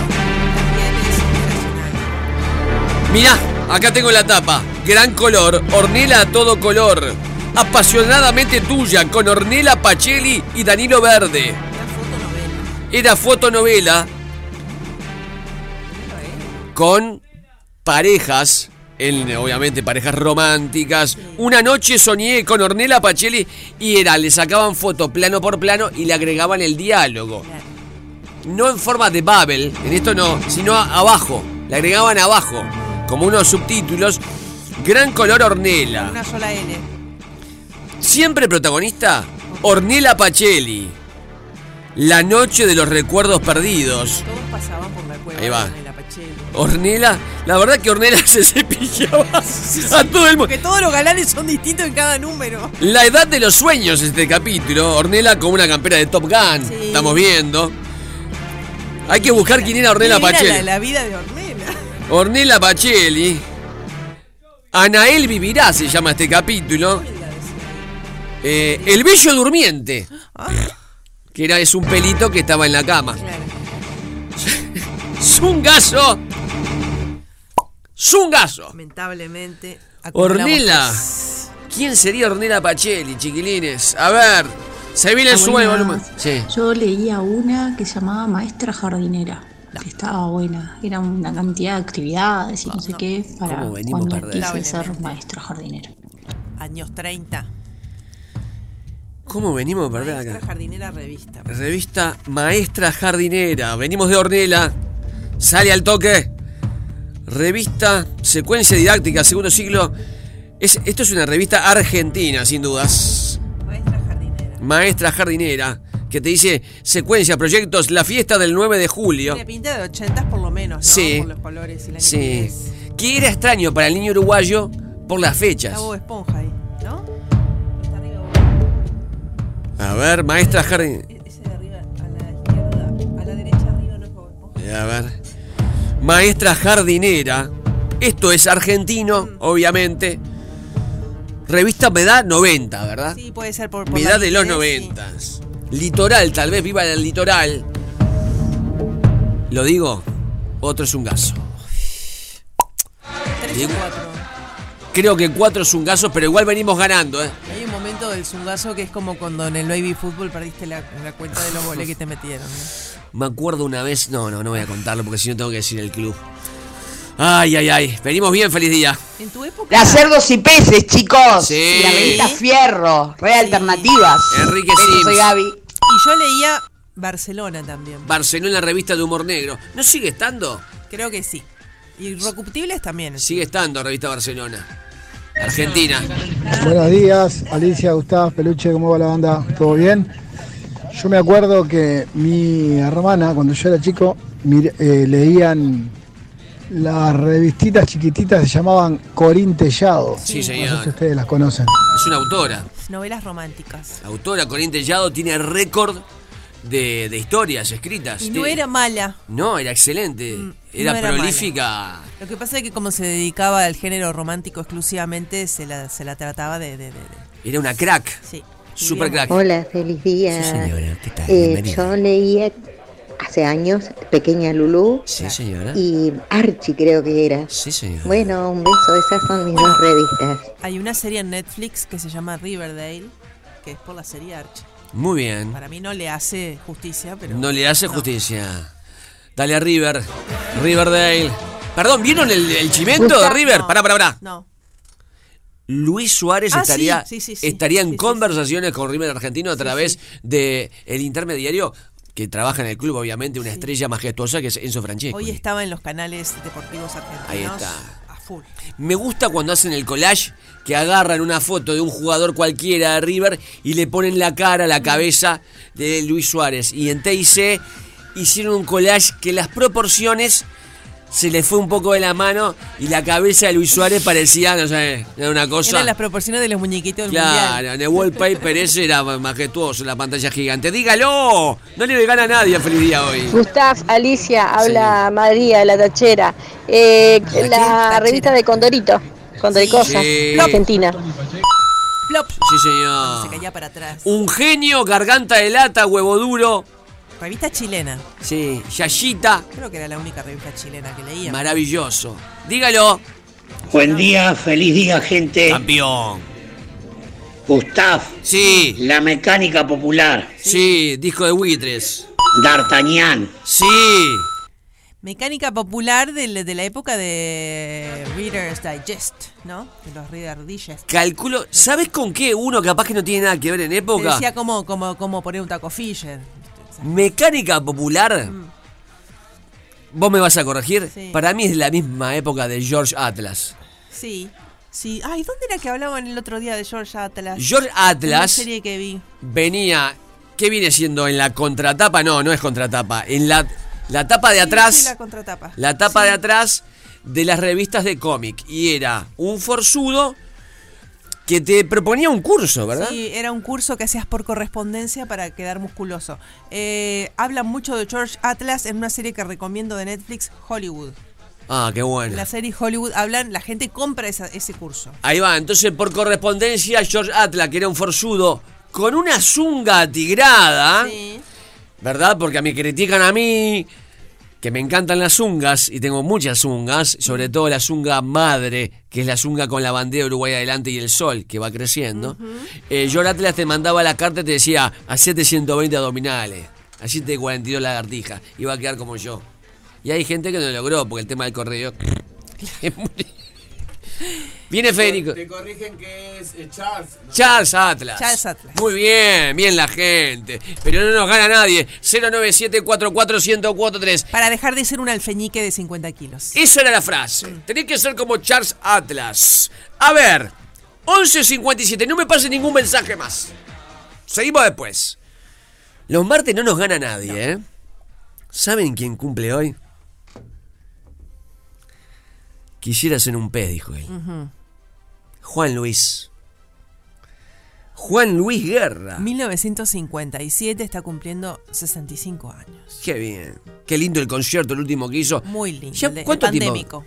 Speaker 3: Mirá, acá tengo la tapa. Gran color, Ornella a todo color. Apasionadamente tuya con Ornella Pacelli y Danilo Verde. Era fotonovela con parejas, en- obviamente parejas románticas. Una noche soñé con Ornella Pacelli y era, le sacaban foto plano por plano y le agregaban el diálogo. No en forma de Babel, en esto no, sino a- abajo. Le agregaban abajo, como unos subtítulos. Gran color Ornella.
Speaker 5: Una sola L.
Speaker 3: Siempre protagonista, Ornella Pacelli. La noche de los recuerdos perdidos.
Speaker 5: Todos pasaban por la cueva.
Speaker 3: Ahí va.
Speaker 5: de la Pacheco.
Speaker 3: Ornella, la verdad que Ornella se cepillaba a todo el mundo.
Speaker 5: Porque todos los galanes son distintos en cada número.
Speaker 3: La edad de los sueños este capítulo. Ornella con una campera de Top Gun. Estamos viendo. Hay que buscar quién era Ornella
Speaker 5: Mira
Speaker 3: Pacelli.
Speaker 5: La, la vida de Ornella.
Speaker 3: Ornella Pacelli. Anael vivirá se llama este capítulo. Eh, el bello durmiente.
Speaker 5: Ah.
Speaker 3: Que era, es un pelito que estaba en la cama. Zungazo. Zungazo.
Speaker 5: Lamentablemente. acumulamos
Speaker 3: Ornella.
Speaker 5: cosas.
Speaker 3: ¿Quién sería Ornella Pacelli, chiquilines? A ver. Se viene el sube
Speaker 20: Buenas.
Speaker 3: volumen. Sí.
Speaker 20: Yo leía una que se llamaba Maestra Jardinera, que estaba buena. Era una cantidad de actividades y no, sé qué para
Speaker 5: ¿Cómo venimos
Speaker 20: cuando
Speaker 5: para
Speaker 20: quise
Speaker 5: adelante?
Speaker 20: ser maestra jardinera.
Speaker 5: Años 30.
Speaker 3: ¿Cómo venimos a perder
Speaker 5: Maestra
Speaker 3: acá?
Speaker 5: jardinera revista.
Speaker 3: Revista Maestra Jardinera. Venimos de Ornella. Sale al toque. Revista Secuencia Didáctica, segundo ciclo. Es, esto es una revista argentina, sin dudas. Maestra Jardinera. Maestra Jardinera. Que te dice secuencia, proyectos, la fiesta del 9 de julio.
Speaker 5: Tiene pinta de 80 por lo menos, ¿no?
Speaker 3: Sí.
Speaker 5: Por los colores y la
Speaker 3: Sí. Que era extraño para el niño uruguayo por las fechas.
Speaker 5: Está Bob esponja ahí, ¿no?
Speaker 3: A ver, maestra Jardinera. Eh, A ver. Maestra jardinera. Esto es argentino, obviamente. Revista me da 90, ¿verdad?
Speaker 5: Sí, puede ser por. por
Speaker 3: Me
Speaker 5: la
Speaker 3: da de los
Speaker 5: diferencia.
Speaker 3: 90. Litoral, tal vez viva en el litoral. ¿Lo digo? Otro es un gaso. Digo, Creo que cuatro es un gaso, pero igual venimos ganando, ¿eh?
Speaker 5: Hay un momento del zungazo que es como cuando en el baby fútbol perdiste la, la cuenta de los goles que te metieron. ¿no?
Speaker 3: Me acuerdo una vez. No, no, no voy a contarlo porque si no tengo que decir el club. Ay, ay, ay. Venimos bien, feliz día.
Speaker 5: En tu época.
Speaker 21: Las cerdos y peces, chicos.
Speaker 3: Sí.
Speaker 21: Y la revista Fierro. Re alternativas.
Speaker 3: Enrique
Speaker 21: Besos,
Speaker 3: Sims.
Speaker 21: soy Gaby.
Speaker 5: Y yo leía Barcelona también.
Speaker 3: Barcelona, revista de humor negro. ¿No sigue estando?
Speaker 5: Creo que sí. Irrecuptibles también.
Speaker 3: Sigue estando, revista Barcelona. Argentina.
Speaker 22: Buenos días, Alicia, Gustavo, Peluche, ¿cómo va la banda? ¿Todo bien? Yo me acuerdo que mi hermana, cuando yo era chico, mir- eh, leían las revistitas chiquititas, se llamaban Corintellado.
Speaker 3: Sí,
Speaker 22: No
Speaker 3: señor.
Speaker 22: sé si ustedes las conocen.
Speaker 3: Es una autora.
Speaker 5: Novelas románticas.
Speaker 3: La autora Corín Tellado tiene récord de, de historias escritas.
Speaker 5: Y no
Speaker 3: Tiene-
Speaker 5: era mala.
Speaker 3: No, era excelente. era,
Speaker 5: no era
Speaker 3: prolífica.
Speaker 5: Lo que pasa es que como se dedicaba al género romántico exclusivamente, se la, se la trataba de... de- de- de-
Speaker 3: Era una crack.
Speaker 5: Sí.
Speaker 3: Super crack.
Speaker 6: Hola, feliz día.
Speaker 3: Sí, señora, ¿qué tal?
Speaker 6: Eh,
Speaker 3: Bienvenida.
Speaker 6: yo leía hace años Pequeña Lulú
Speaker 3: Sí, señora.
Speaker 6: y Archie creo que era.
Speaker 3: Sí, señora.
Speaker 6: Bueno, un beso, esas son mis dos revistas.
Speaker 5: Hay una serie en Netflix que se llama Riverdale, que es por la serie Arch.
Speaker 3: Muy bien.
Speaker 5: Para mí no le hace justicia, pero...
Speaker 3: No le hace justicia. Dale a River. Riverdale. Perdón, ¿vieron el, el chimento de
Speaker 5: Gustavo.
Speaker 3: River? Pará, pará, pará.
Speaker 5: No.
Speaker 3: Luis Suárez
Speaker 5: Ah, sí,
Speaker 3: estaría, este
Speaker 5: sí, sí, sí.
Speaker 3: estaría en conversaciones con River Argentino a través de el intermediario que trabaja en el club, obviamente, una estrella majestuosa que es Enzo Francesco.
Speaker 5: Hoy estaba en los canales deportivos argentinos.
Speaker 3: Ahí está.
Speaker 5: A full.
Speaker 3: Me gusta cuando hacen el collage que agarran una foto de un jugador cualquiera de River y le ponen la cara, la cabeza de Luis Suárez. Y en TIC hicieron un collage que las proporciones se le fue un poco de la mano y la cabeza de Luis Suárez parecía, no sé, era una cosa.
Speaker 5: Eran las proporciones de los muñequitos del mundial.
Speaker 3: Claro, en el wallpaper ese era majestuoso, la pantalla gigante. ¡Dígalo! No le gana a nadie a feliz día hoy.
Speaker 23: Gustav, Alicia, habla María, la tachera. Eh,
Speaker 3: ¿La
Speaker 23: la revista de Condorito, Condoricosa,
Speaker 3: Sí.
Speaker 23: Argentina.
Speaker 3: Sí, señor.
Speaker 5: Se caía para atrás.
Speaker 3: Un genio, garganta de lata, huevo duro.
Speaker 5: Revista chilena.
Speaker 3: Sí, Yayita,
Speaker 5: Creo que era la única revista chilena que leía.
Speaker 3: maravilloso. Dígalo.
Speaker 16: Buen día, feliz día, gente.
Speaker 3: Campeón.
Speaker 16: Gustav.
Speaker 3: Sí.
Speaker 16: La mecánica popular.
Speaker 3: Sí, disco de buitres.
Speaker 16: D'Artagnan.
Speaker 3: Sí.
Speaker 5: Mecánica popular del- de, la época de Reader's Digest, ¿no? De los Reader Digest.
Speaker 3: Calculo, ¿sabes con qué uno capaz que no tiene nada que ver en
Speaker 5: Te
Speaker 3: época?
Speaker 5: decía como, como, como poner un taco Fisher.
Speaker 3: Mecánica popular.
Speaker 5: Mm.
Speaker 3: Vos me vas a corregir. Para mí es la misma época de George Atlas.
Speaker 5: Sí, sí. Ay, ¿dónde era que hablaban el otro día de George Atlas?
Speaker 3: George Atlas.
Speaker 5: Una serie que vi.
Speaker 3: Venía, ¿qué viene siendo? ¿En la contratapa? No, no es contratapa. En la, la tapa de
Speaker 5: Sí,
Speaker 3: atrás.
Speaker 5: sí, la contratapa.
Speaker 3: La tapa de atrás de las revistas de cómic. Y era un forzudo que te proponía un curso, ¿verdad?
Speaker 5: Sí, era un curso que hacías por correspondencia para quedar musculoso. Eh, hablan mucho de George Atlas en una serie que recomiendo de Netflix, Hollywood.
Speaker 3: Ah, qué bueno.
Speaker 5: La serie Hollywood hablan, la gente compra esa- ese curso.
Speaker 3: Ahí va, entonces por correspondencia, George Atla, que era un forzudo, con una zunga atigrada, ¿verdad? Porque me critican a mí, que me encantan las zungas, y tengo muchas zungas, sobre todo la zunga madre, que es la zunga con la bandera de Uruguay adelante y el sol, que va creciendo. Eh, George Atlas te mandaba la carta y te decía, hacete 120 abdominales, hacete 42 lagartijas, y va a quedar como yo. Y hay gente que no lo logró, porque el tema del correo... es muy- Viene Federico.
Speaker 7: corrigen que es eh, Charles.
Speaker 3: Charles Atlas.
Speaker 7: Charles Atlas.
Speaker 3: Muy bien, bien la gente. Pero no nos gana nadie. 097441043.
Speaker 5: Para dejar de ser un alfeñique de 50 kilos. Mm.
Speaker 3: Esa era la frase. Tenés que ser como Charles Atlas. A ver, 11.57. No me pase ningún mensaje más. Seguimos después. Los martes no nos gana nadie, ¿eh? ¿Saben quién cumple hoy? Quisiera ser un pez, dijo él.
Speaker 5: Ujú.
Speaker 3: Juan Luis. Juan Luis Guerra.
Speaker 5: 1957 está cumpliendo 65 años.
Speaker 3: Qué bien. Qué lindo el concierto, el último que hizo.
Speaker 5: Muy lindo.
Speaker 3: Ya,
Speaker 5: el de-
Speaker 3: ¿Cuánto
Speaker 5: el
Speaker 3: tiempo?
Speaker 5: pandémico.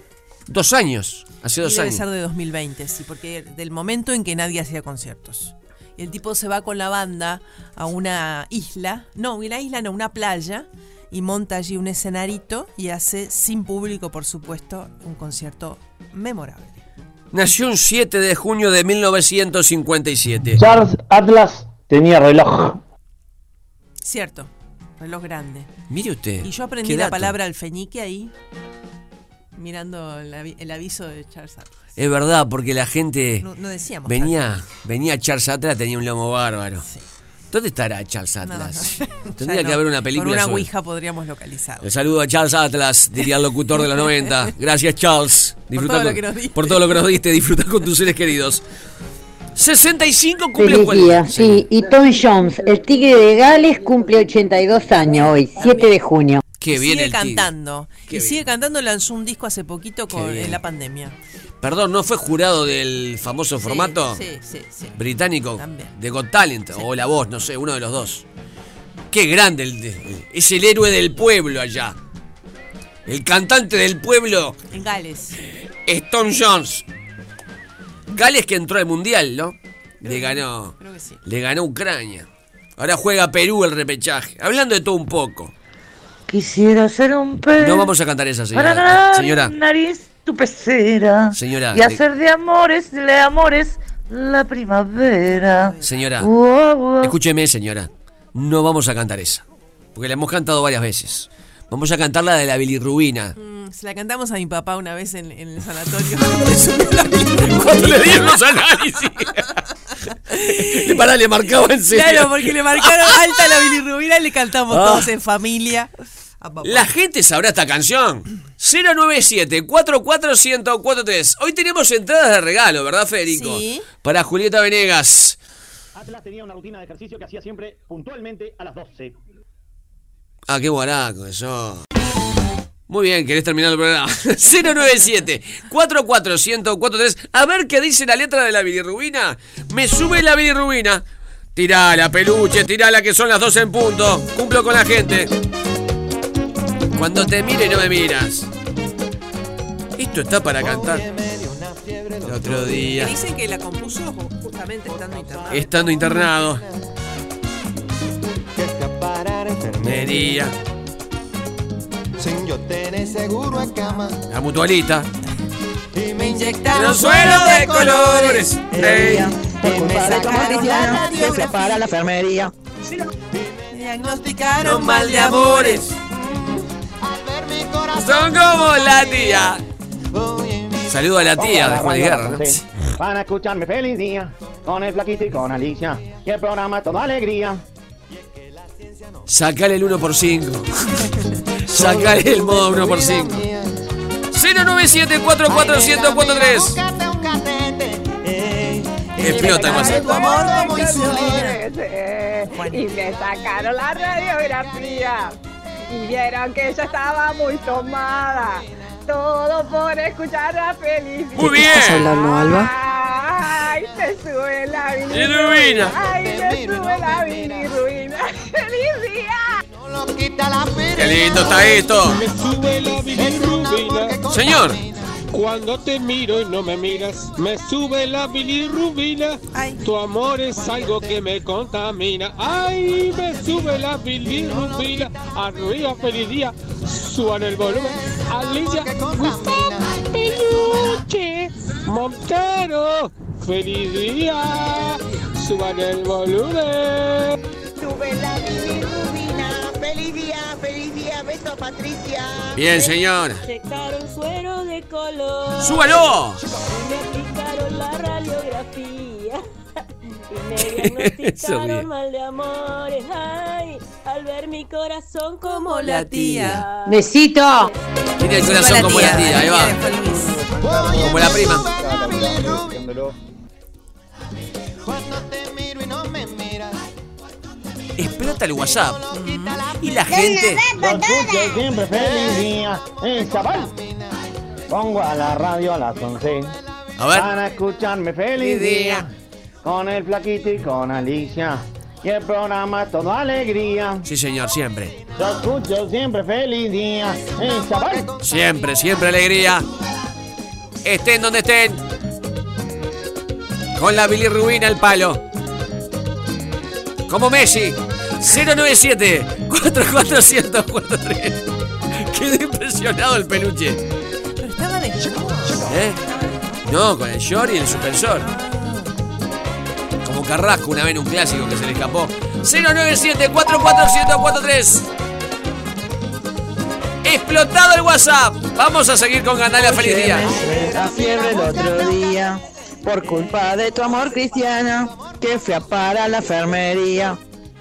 Speaker 3: Dos años. Hace
Speaker 5: Y
Speaker 3: dos
Speaker 5: debe
Speaker 3: años.
Speaker 5: ser de 2020, sí, porque del momento en que nadie hacía conciertos. Y el tipo se va con la banda a una isla, no, una isla no, una playa, y monta allí un escenarito y hace, sin público por supuesto, un concierto memorable.
Speaker 3: Nació un 7 de junio de 1957.
Speaker 24: Charles Atlas tenía reloj.
Speaker 5: Cierto, reloj grande.
Speaker 3: Mire usted.
Speaker 5: Y yo aprendí
Speaker 3: qué
Speaker 5: la
Speaker 3: dato.
Speaker 5: palabra alfeñique ahí, mirando el, avi- el aviso de Charles Atlas.
Speaker 3: Es verdad, porque la gente
Speaker 5: No- no decíamos
Speaker 3: venía, venía Charles Atlas, tenía un lomo bárbaro. ¿Dónde estará Charles
Speaker 5: No,
Speaker 3: Atlas?
Speaker 5: no.
Speaker 3: Tendría
Speaker 5: Ya
Speaker 3: que
Speaker 5: no.
Speaker 3: haber una película.
Speaker 5: Con una
Speaker 3: sobre-
Speaker 5: ouija podríamos localizarlo.
Speaker 3: El saludo a Charles Atlas, diría el locutor de los 90. Gracias, Charles. Disfruta
Speaker 5: todo lo
Speaker 3: con-
Speaker 5: que nos diste.
Speaker 3: por todo lo que nos diste. Disfruta con tus seres queridos. 65 cumple
Speaker 25: Feliz día. Sí, y Tom Jones, el tigre de Gales, cumple 82 años hoy, 7 de junio.
Speaker 3: Qué bien
Speaker 5: sigue
Speaker 3: el tigre.
Speaker 5: cantando.
Speaker 3: Qué
Speaker 5: y sigue cantando, lanzó un disco hace poquito con,
Speaker 3: bien.
Speaker 5: en la pandemia.
Speaker 3: Perdón, ¿no fue jurado del famoso
Speaker 5: Sí,
Speaker 3: formato
Speaker 5: Sí, sí, sí.
Speaker 3: británico
Speaker 5: También.
Speaker 3: de Got Talent? O La Voz, no sé, uno de los dos. Qué grande. el- el- es el héroe del pueblo allá. El cantante del pueblo
Speaker 5: En Gales.
Speaker 3: es Tom Jones. Gales que entró al mundial, ¿no? Le ganó.
Speaker 5: Creo que sí.
Speaker 3: Le ganó Ucrania. Ahora juega Perú el repechaje. Hablando de todo un poco.
Speaker 26: Quisiera ser un pez.
Speaker 3: No vamos a cantar esa,
Speaker 26: Para
Speaker 3: señora.
Speaker 26: ganar
Speaker 3: Señora,
Speaker 26: nariz tu pecera.
Speaker 3: Señora,
Speaker 26: Y
Speaker 3: de-
Speaker 26: hacer de amores, de amores, la primavera.
Speaker 3: señora.
Speaker 26: Wow, wow.
Speaker 3: Escúcheme, señora. No vamos a cantar esa. Porque la hemos cantado varias veces. Vamos a cantar la de la bilirrubina.
Speaker 5: Mm, Se la cantamos a mi papá una vez en, en el sanatorio.
Speaker 3: Cuando le dieron los análisis. Le pará, le marcaba en serio.
Speaker 5: Claro, porque le marcaron alta la bilirrubina y le cantamos
Speaker 3: Ah.
Speaker 5: todos en familia. A papá.
Speaker 3: La gente sabrá esta canción. 097 44143 Hoy tenemos entradas de regalo, ¿verdad, Federico?
Speaker 27: Sí.
Speaker 3: Para Julieta Venegas.
Speaker 27: Atlas tenía una rutina de ejercicio que hacía siempre puntualmente a las 12.
Speaker 3: Ah, qué guaraco eso. Muy bien, querés terminar el programa. 097 44143 A ver qué dice la letra de la bilirrubina. Me sube la bilirrubina. Tirala, peluche, tirala, que son las 12 en punto. Cumplo con la gente. Cuando te mire, no me miras. Esto está para cantar. El otro
Speaker 5: Que
Speaker 3: día,
Speaker 5: Dicen que la compuso justamente estando internado.
Speaker 3: estando internado, me diría,
Speaker 7: Sin yo tener seguro en cama
Speaker 3: la mutualita.
Speaker 7: y me inyectaron
Speaker 3: Los suelos de colores. Ey.
Speaker 7: para la enfermería.
Speaker 5: Diagnosticaron
Speaker 7: mal de amores.
Speaker 3: Son como la tía. Saludo a la tía de Juan de Guerra. ¿no?
Speaker 27: Sí. Van a escucharme feliz día con el flaquito y con Alicia. Y el programa todo alegría.
Speaker 3: Sacale el 1 por 5 Sacale el modo 1 por 5 097 44143
Speaker 8: Eh,
Speaker 3: Explota más.
Speaker 2: Y me sacaron la radiografía y vieron que yo estaba muy tomada. Todo por escuchar la felicidad.
Speaker 3: Muy bien.
Speaker 2: ¿Estás
Speaker 3: hablando,
Speaker 2: Alba? Ay, te sube la
Speaker 3: Bilirrubina.
Speaker 2: bilirrubina. Ay, te sube la bilirrubina. ¡Feliz día! No lo quita la
Speaker 3: Qué lindo está esto.
Speaker 8: Me sube la bilirrubina.
Speaker 3: Señor.
Speaker 8: Cuando te miro y no me miras, me sube la bilirrubina. Tu amor es algo que me contamina. Ay, me sube la bilirrubina. Arriba, feliz día. Suban el volumen. Alicia, Gustavo, Peluche, Montero. Feliz día. Suban el volumen.
Speaker 2: Sube la bilirrubina. ¡Feliz día! ¡Feliz día! ¡Beso, Patricia!
Speaker 3: Bien, señor.
Speaker 2: Inyectaron suero de color.
Speaker 3: ¡Súbalo!
Speaker 2: Y me aplicaron la radiografía. Y me
Speaker 3: Eso
Speaker 2: diagnosticaron
Speaker 3: bien.
Speaker 2: mal de amores. Ay, al ver mi corazón como
Speaker 5: la tía.
Speaker 15: Besito.
Speaker 3: Tiene el corazón como la tía, ahí va. Como la prima. Explota el WhatsApp. Y la gente.
Speaker 27: Lo escucho siempre feliz día. Eh, chaval. Pongo a la radio a las 11.
Speaker 3: A ver.
Speaker 27: Van a escucharme
Speaker 3: Feliz
Speaker 27: feliz día. Con el flaquito y con Alicia. Y el programa todo alegría.
Speaker 3: Sí, señor, siempre.
Speaker 27: Lo escucho siempre feliz día. Eh, chaval.
Speaker 3: Siempre, siempre alegría.
Speaker 27: Este,
Speaker 3: Estén donde estén. Con la bilirrubina al palo. Como Messi. 097 44143 Quedé impresionado el peluche.
Speaker 5: Pero estaba de
Speaker 3: ¿Eh? No, con el short y el suspensor. Como Carrasco una vez en un clásico que se le escapó. 097 44143 Explotado el WhatsApp. Vamos a seguir con Gandalf Feliz Día.
Speaker 9: La fiebre el otro día. Por culpa de tu amor cristiano, que fui a parar a la enfermería.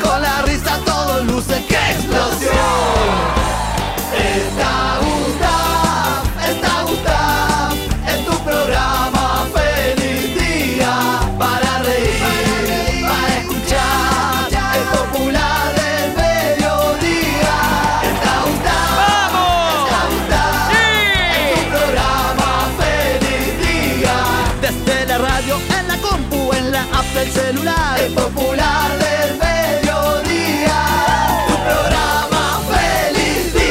Speaker 8: con la risa todo luce, ¡qué explosión! Está Gustav, está Gustav, en tu programa feliz día para reír, para escuchar el popular del mediodía. Está Gustav, vamos, está Gustav, en tu programa feliz día. Desde la radio, en la compu, en la app del celular, el popular del mediodía. Tu programa feliz día.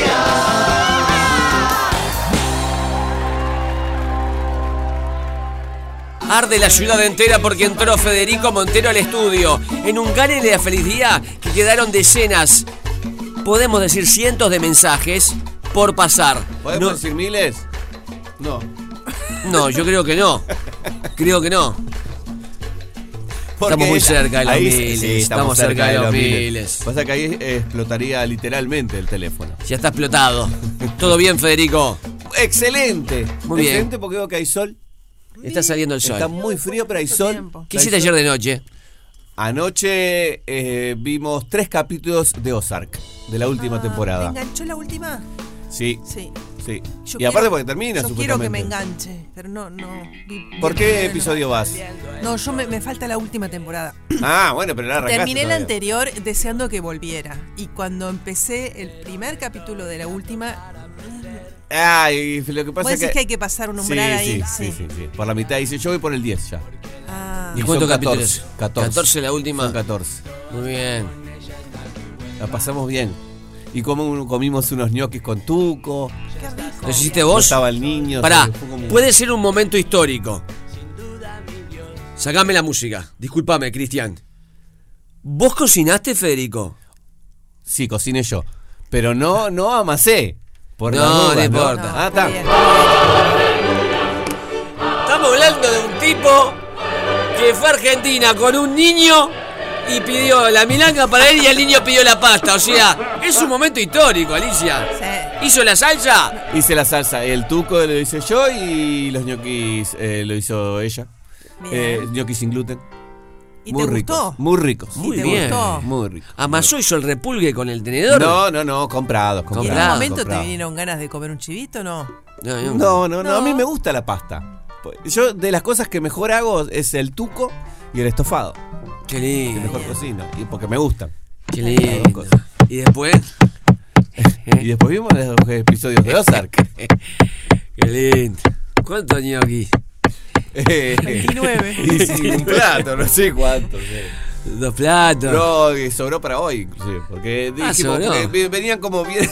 Speaker 3: Arde la ciudad entera porque entró Federico Montero al estudio. En un gane de la felicidad que quedaron decenas, podemos decir cientos de mensajes por pasar.
Speaker 7: ¿Podemos decir miles? No.
Speaker 3: No, yo creo que no. Creo que no.
Speaker 7: Porque
Speaker 3: estamos muy cerca de los
Speaker 7: ahí-
Speaker 3: miles.
Speaker 7: sí,
Speaker 3: estamos, cerca, de los miles.
Speaker 7: Pasa que ahí explotaría literalmente el teléfono.
Speaker 3: Ya está explotado. ¿Todo bien, Federico?
Speaker 7: Excelente.
Speaker 3: Muy bien.
Speaker 7: Excelente porque veo que hay sol.
Speaker 3: Está saliendo el sol.
Speaker 7: Está muy frío, pero hay sol.
Speaker 3: ¿Qué
Speaker 7: Hay
Speaker 3: hiciste
Speaker 7: sol.
Speaker 3: ayer de noche?
Speaker 7: Anoche eh, vimos tres capítulos de Ozark, de la última temporada.
Speaker 5: ¿Enganchó la última?
Speaker 7: Sí.
Speaker 5: Ah, Sí.
Speaker 7: Sí.
Speaker 5: Yo
Speaker 7: y aparte
Speaker 5: quiero-
Speaker 7: porque termina,
Speaker 5: Yo quiero que me
Speaker 7: supuestamente.
Speaker 5: enganche, pero no, no. y-
Speaker 7: ¿Por
Speaker 5: no, no,
Speaker 7: qué
Speaker 5: no.
Speaker 7: episodio vas?
Speaker 5: No, yo me, me falta la última temporada.
Speaker 7: Ah, bueno, pero la arrancaste
Speaker 5: Terminé la
Speaker 7: todavía.
Speaker 5: anterior deseando que volviera. Y cuando empecé el primer capítulo de la última,
Speaker 7: Ay, lo que
Speaker 5: vos
Speaker 7: pasa es
Speaker 5: decís
Speaker 7: que...
Speaker 5: que... hay que pasar un
Speaker 7: Sí,
Speaker 5: umbral ahí.
Speaker 7: Sí, sí, sí, sí. Por la mitad dice, yo voy por el 10 ya.
Speaker 5: Ah.
Speaker 3: ¿Y
Speaker 7: Son
Speaker 3: cuántos capítulos?
Speaker 7: 14, 14.
Speaker 3: 14 la última.
Speaker 7: Son 14.
Speaker 3: Muy bien.
Speaker 7: La pasamos bien. Y como comimos unos ñoquis con tuco.
Speaker 3: ¿Lo hiciste vos?
Speaker 7: No estaba el niño.
Speaker 3: Pará,
Speaker 7: se fue como-
Speaker 3: puede ser un momento histórico. Sacame la música. Discúlpame, Cristian. ¿Vos cocinaste, Federico?
Speaker 7: Sí, cociné yo. Pero no, no amasé. Por
Speaker 3: No,
Speaker 7: las dudas,
Speaker 3: no importa.
Speaker 7: Ah, está.
Speaker 3: Estamos hablando de un tipo que fue a Argentina con un niño y pidió la milanga para él y el niño pidió la pasta. O sea, es un momento histórico, Alicia. ¿Hizo la salsa?
Speaker 7: Hice la salsa. El tuco lo hice yo y los ñoquis eh, lo hizo ella.
Speaker 3: Bien.
Speaker 7: Eh, ñoquis sin gluten.
Speaker 3: ¿Y
Speaker 7: muy
Speaker 3: te
Speaker 7: ricos,
Speaker 3: gustó?
Speaker 7: Muy ricos.
Speaker 3: Muy bien.
Speaker 7: Muy ricos.
Speaker 3: ¿Amasó Ah, hizo el repulgue con el tenedor?
Speaker 7: No, no, no, comprados.
Speaker 3: ¿Y en un
Speaker 7: comprados
Speaker 5: ¿En un momento
Speaker 7: comprados.
Speaker 5: te vinieron ganas de comer un chivito no?
Speaker 7: No no, no, a mí me gusta la pasta. Yo de las cosas que mejor hago es el tuco y el estofado.
Speaker 3: Qué lindo.
Speaker 7: Que mejor cocino, y porque me gustan.
Speaker 3: Qué lindo. Y después...
Speaker 7: y después vimos los episodios de Ozark.
Speaker 3: Qué lindo. ¿Cuántos ñoquis?
Speaker 7: Eh, y sí, un plato, no sé cuánto.
Speaker 3: Dos platos.
Speaker 7: No, y sobró para hoy, inclusive. Porque
Speaker 3: Ah,
Speaker 7: dijimos,
Speaker 3: sobró.
Speaker 7: porque vi- venían como bien.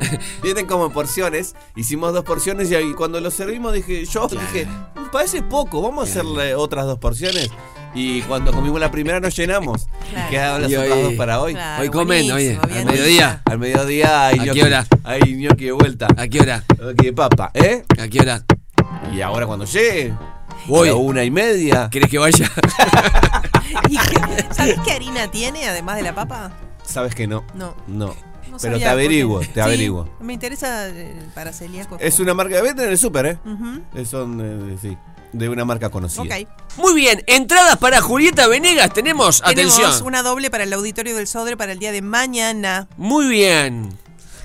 Speaker 7: Vienen como en porciones, hicimos dos porciones y ahí cuando lo servimos dije, yo dije, parece poco, vamos a hacerle otras dos porciones. Y cuando comimos la primera nos llenamos. Y quedaron las
Speaker 3: Y
Speaker 7: otras
Speaker 3: hoy-
Speaker 7: dos para hoy.
Speaker 3: Claro, Hoy comen, oye, buenísimo, al bien. mediodía.
Speaker 7: Al mediodía hay
Speaker 3: ¿A qué
Speaker 7: ñoqui.
Speaker 3: hora?
Speaker 7: Hay ñoqui de vuelta.
Speaker 3: ¿A qué hora?
Speaker 7: Ñoqui de papa, ¿eh?
Speaker 3: ¿A qué hora?
Speaker 7: Y ahora cuando llegue,
Speaker 3: Voy.
Speaker 7: a la una y media.
Speaker 3: ¿Querés que vaya?
Speaker 5: ¿Y qué- ¿Sabés qué harina tiene además de la papa?
Speaker 7: Sabes que no.
Speaker 5: No.
Speaker 7: No.
Speaker 5: No
Speaker 7: Pero te
Speaker 5: sabía,
Speaker 7: averiguo,
Speaker 5: porque-
Speaker 7: te
Speaker 5: Sí,
Speaker 7: averiguo.
Speaker 5: Me interesa eh, para celíacos.
Speaker 7: Es una marca que venden en el súper, ¿eh?
Speaker 5: Ujú.
Speaker 7: Eh, Son, eh, sí, de una marca conocida.
Speaker 3: Muy bien, entradas para Julieta Venegas tenemos.
Speaker 5: Tenemos
Speaker 3: Atención.
Speaker 5: una doble para el auditorio del Sodre para el día de mañana.
Speaker 3: Muy bien.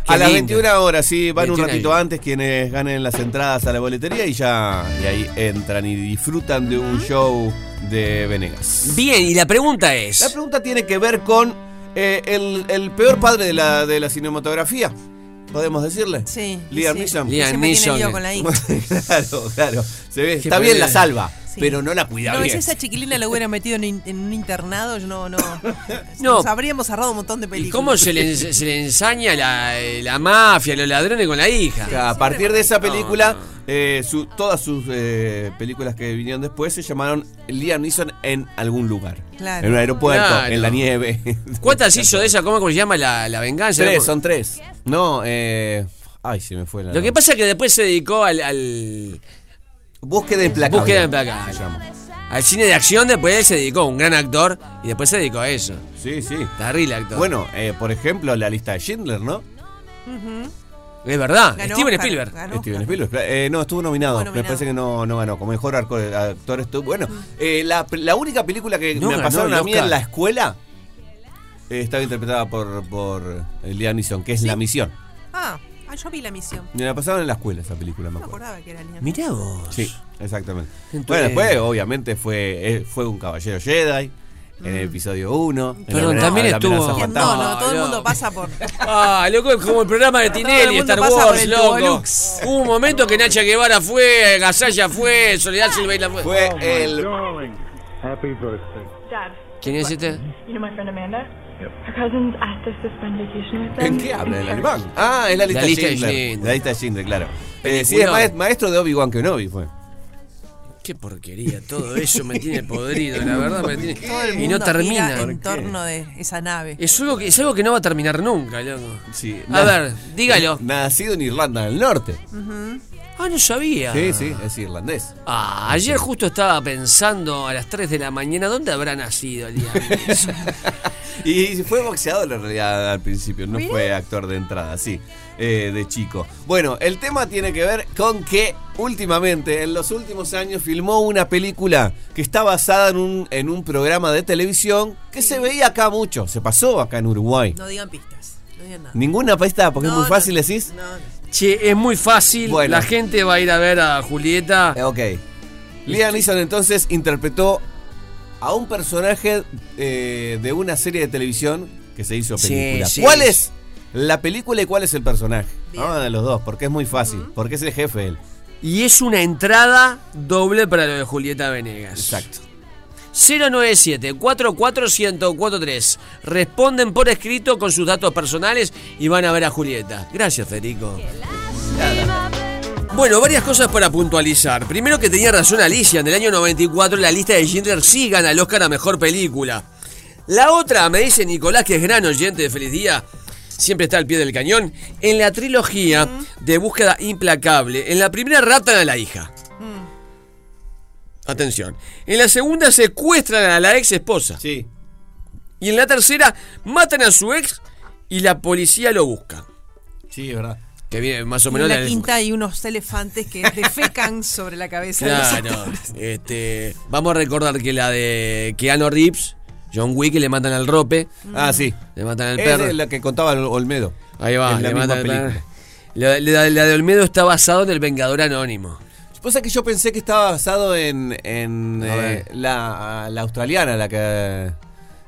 Speaker 7: A
Speaker 3: Qué
Speaker 7: las
Speaker 3: lindo.
Speaker 7: 21 horas, sí, van un
Speaker 3: 21
Speaker 7: ratito antes quienes ganen las entradas a la boletería y ya y ahí entran y disfrutan de un show de Venegas.
Speaker 3: Bien, y la pregunta es...
Speaker 7: La pregunta tiene que ver con eh, el, el peor padre de la, de la cinematografía. podemos decirle.
Speaker 5: Sí.
Speaker 7: Liam
Speaker 5: sí.
Speaker 7: Neeson.
Speaker 5: Liam Siempre tiene Neeson. lío con la I.
Speaker 7: claro, claro. Se ve,
Speaker 3: Qué
Speaker 7: está bien la
Speaker 3: problema.
Speaker 7: salva,
Speaker 5: Sí.
Speaker 7: pero no la cuida
Speaker 5: No, si
Speaker 7: bien.
Speaker 5: esa chiquilina la hubiera metido en, un- en un internado, yo no, no.
Speaker 3: No.
Speaker 5: Nos habríamos cerrado un montón de películas.
Speaker 3: ¿Y cómo se le, ens- se le ensaña la, eh, la mafia, los ladrones con la hija?
Speaker 7: A partir de esa película,
Speaker 3: Ah.
Speaker 7: eh, su- todas sus eh, películas que vinieron después se llamaron Liam Neeson en algún lugar.
Speaker 3: Claro.
Speaker 7: En un aeropuerto,
Speaker 3: Claro.
Speaker 7: en la nieve.
Speaker 3: ¿Cuántas hizo de esa? ¿Cómo cómo se llama la, la venganza?
Speaker 7: Tres,
Speaker 3: ¿Cómo?
Speaker 7: son tres. No, eh, ay, se me fue la.
Speaker 3: Lo que pasa es que después se dedicó al. al
Speaker 7: búsqueda implacable.
Speaker 3: Búsqueda implacable. Al cine de acción, después él se dedicó, un gran actor, y después se dedicó a eso.
Speaker 7: Sí, sí.
Speaker 3: Terrible actor.
Speaker 7: Bueno, eh, por ejemplo, la lista de Schindler, ¿no?
Speaker 5: Ujú.
Speaker 7: Es verdad,
Speaker 5: Ganó Steven Oscar, Spielberg. ganó
Speaker 7: Steven Spielberg, claro. Eh, no, estuvo nominado. Me parece que no, no ganó. Como mejor arco- actor estuvo. Bueno,
Speaker 5: Mm.
Speaker 7: eh, la, la única película que
Speaker 3: No
Speaker 7: me
Speaker 3: ganó
Speaker 7: pasaron
Speaker 3: el
Speaker 7: a mí
Speaker 3: Oscar.
Speaker 7: en la escuela eh, estaba interpretada por, por eh, Liam Neeson, que es La Misión.
Speaker 5: Ah, ah, yo vi la misión.
Speaker 7: Me la pasaron en la escuela esa película, me
Speaker 5: No me
Speaker 7: acuerdo.
Speaker 5: acordaba que era Liam.
Speaker 3: Mirá vos.
Speaker 7: Sí, exactamente.
Speaker 3: Entonces-
Speaker 7: bueno, después, obviamente, fue, eh, fue un caballero Jedi. En el episodio 1.
Speaker 3: Pero también estuvo-
Speaker 5: Mm. No, no, todo el mundo pasa por.
Speaker 3: Ah, loco, es como el programa de
Speaker 5: Todo el
Speaker 3: Tinelli,
Speaker 5: mundo
Speaker 3: Star
Speaker 5: pasa por
Speaker 3: Wars,
Speaker 5: el
Speaker 3: loco.
Speaker 5: Tubolux.
Speaker 3: Hubo un momento que Nacha Guevara fue, Gasalla fue, Soledad Silveira fue.
Speaker 7: Fue
Speaker 3: el.
Speaker 12: Oh Happy birthday.
Speaker 13: Dad,
Speaker 3: ¿Quién es este?
Speaker 13: you know my friend Amanda? Her cousins asked us to spend vacation with them.
Speaker 7: ¿En qué habla el animal? Ah, es la lista,
Speaker 3: La lista de
Speaker 7: Schindler.
Speaker 3: Schindler.
Speaker 7: La lista de Schindler, claro. Eh, sí, es
Speaker 3: Peliculón.
Speaker 7: maest- maestro de Obi-Wan Kenobi fue.
Speaker 3: Qué porquería, todo eso me tiene podrido, la verdad me tiene.
Speaker 5: Todo el
Speaker 3: Y
Speaker 5: mundo
Speaker 3: no termina.
Speaker 5: gira en torno de esa nave.
Speaker 3: Es algo, que, es algo que no va a terminar nunca, loco.
Speaker 7: Sí.
Speaker 3: A ver, dígalo.
Speaker 7: Nacido en Irlanda del Norte.
Speaker 5: Ujú.
Speaker 3: Ah, no sabía.
Speaker 7: Sí, sí, es irlandés.
Speaker 3: Ah, ayer justo estaba pensando a las 3 de la mañana, ¿dónde habrá nacido el día?
Speaker 7: Y fue boxeador en realidad al principio, no
Speaker 3: Mirá.
Speaker 7: fue actor de entrada, sí, eh, de chico. Bueno, el tema tiene que ver con que últimamente, en los últimos años, filmó una película que está basada en un, en un programa de televisión que se veía acá mucho, se pasó acá en Uruguay.
Speaker 5: No digan pistas. No digan nada.
Speaker 7: Ninguna pista, porque
Speaker 5: No,
Speaker 7: es muy
Speaker 5: no,
Speaker 7: fácil, decís.
Speaker 5: No, no.
Speaker 3: Che, es muy fácil.
Speaker 7: Bueno. Eh,
Speaker 3: La gente va a ir a ver a Julieta.
Speaker 7: ok. Liam Neeson entonces interpretó a un personaje eh, de una serie de televisión que se hizo
Speaker 3: Sí,
Speaker 7: película.
Speaker 3: sí.
Speaker 7: ¿Cuál es la película y cuál es el personaje? Vamos de los dos, porque es muy fácil, porque es el jefe él.
Speaker 3: Y es una entrada doble para lo de Julieta Venegas.
Speaker 7: Exacto.
Speaker 3: 097 44143 Responden por escrito con sus datos personales y van a ver a Julieta. Gracias, Federico. Bueno, varias cosas para puntualizar. Primero que tenía razón Alicia, en el año 94 la lista de Schindler sí gana el Oscar a Mejor Película. La otra, me dice Nicolás, que es gran oyente de Feliz Día, siempre está al pie del cañón, en la trilogía de Búsqueda Implacable, en la primera ratan a la hija.
Speaker 5: Mm.
Speaker 3: Atención. En la segunda secuestran a la ex esposa.
Speaker 7: Sí.
Speaker 3: Y en la tercera matan a su ex y la policía lo busca.
Speaker 7: Sí, es verdad.
Speaker 3: Que viene más
Speaker 5: Y
Speaker 3: o menos
Speaker 5: en
Speaker 3: la-
Speaker 5: la quinta hay unos elefantes que defecan sobre la cabeza de los
Speaker 3: Claro.
Speaker 5: actores.
Speaker 3: Este, vamos a recordar que la de Keanu Reeves, John Wick, le matan al rope.
Speaker 7: Ah, sí.
Speaker 3: Le matan al
Speaker 7: Es
Speaker 3: perro.
Speaker 7: la que contaba Olmedo.
Speaker 3: Ahí va,
Speaker 7: Es la
Speaker 3: le
Speaker 7: misma
Speaker 3: matan al
Speaker 7: película.
Speaker 3: perro. La, la- la de Olmedo está basado en el Vengador Anónimo.
Speaker 7: Cosa que yo pensé que estaba basado en, en,
Speaker 3: A ver.
Speaker 7: eh, la, la australiana, la que.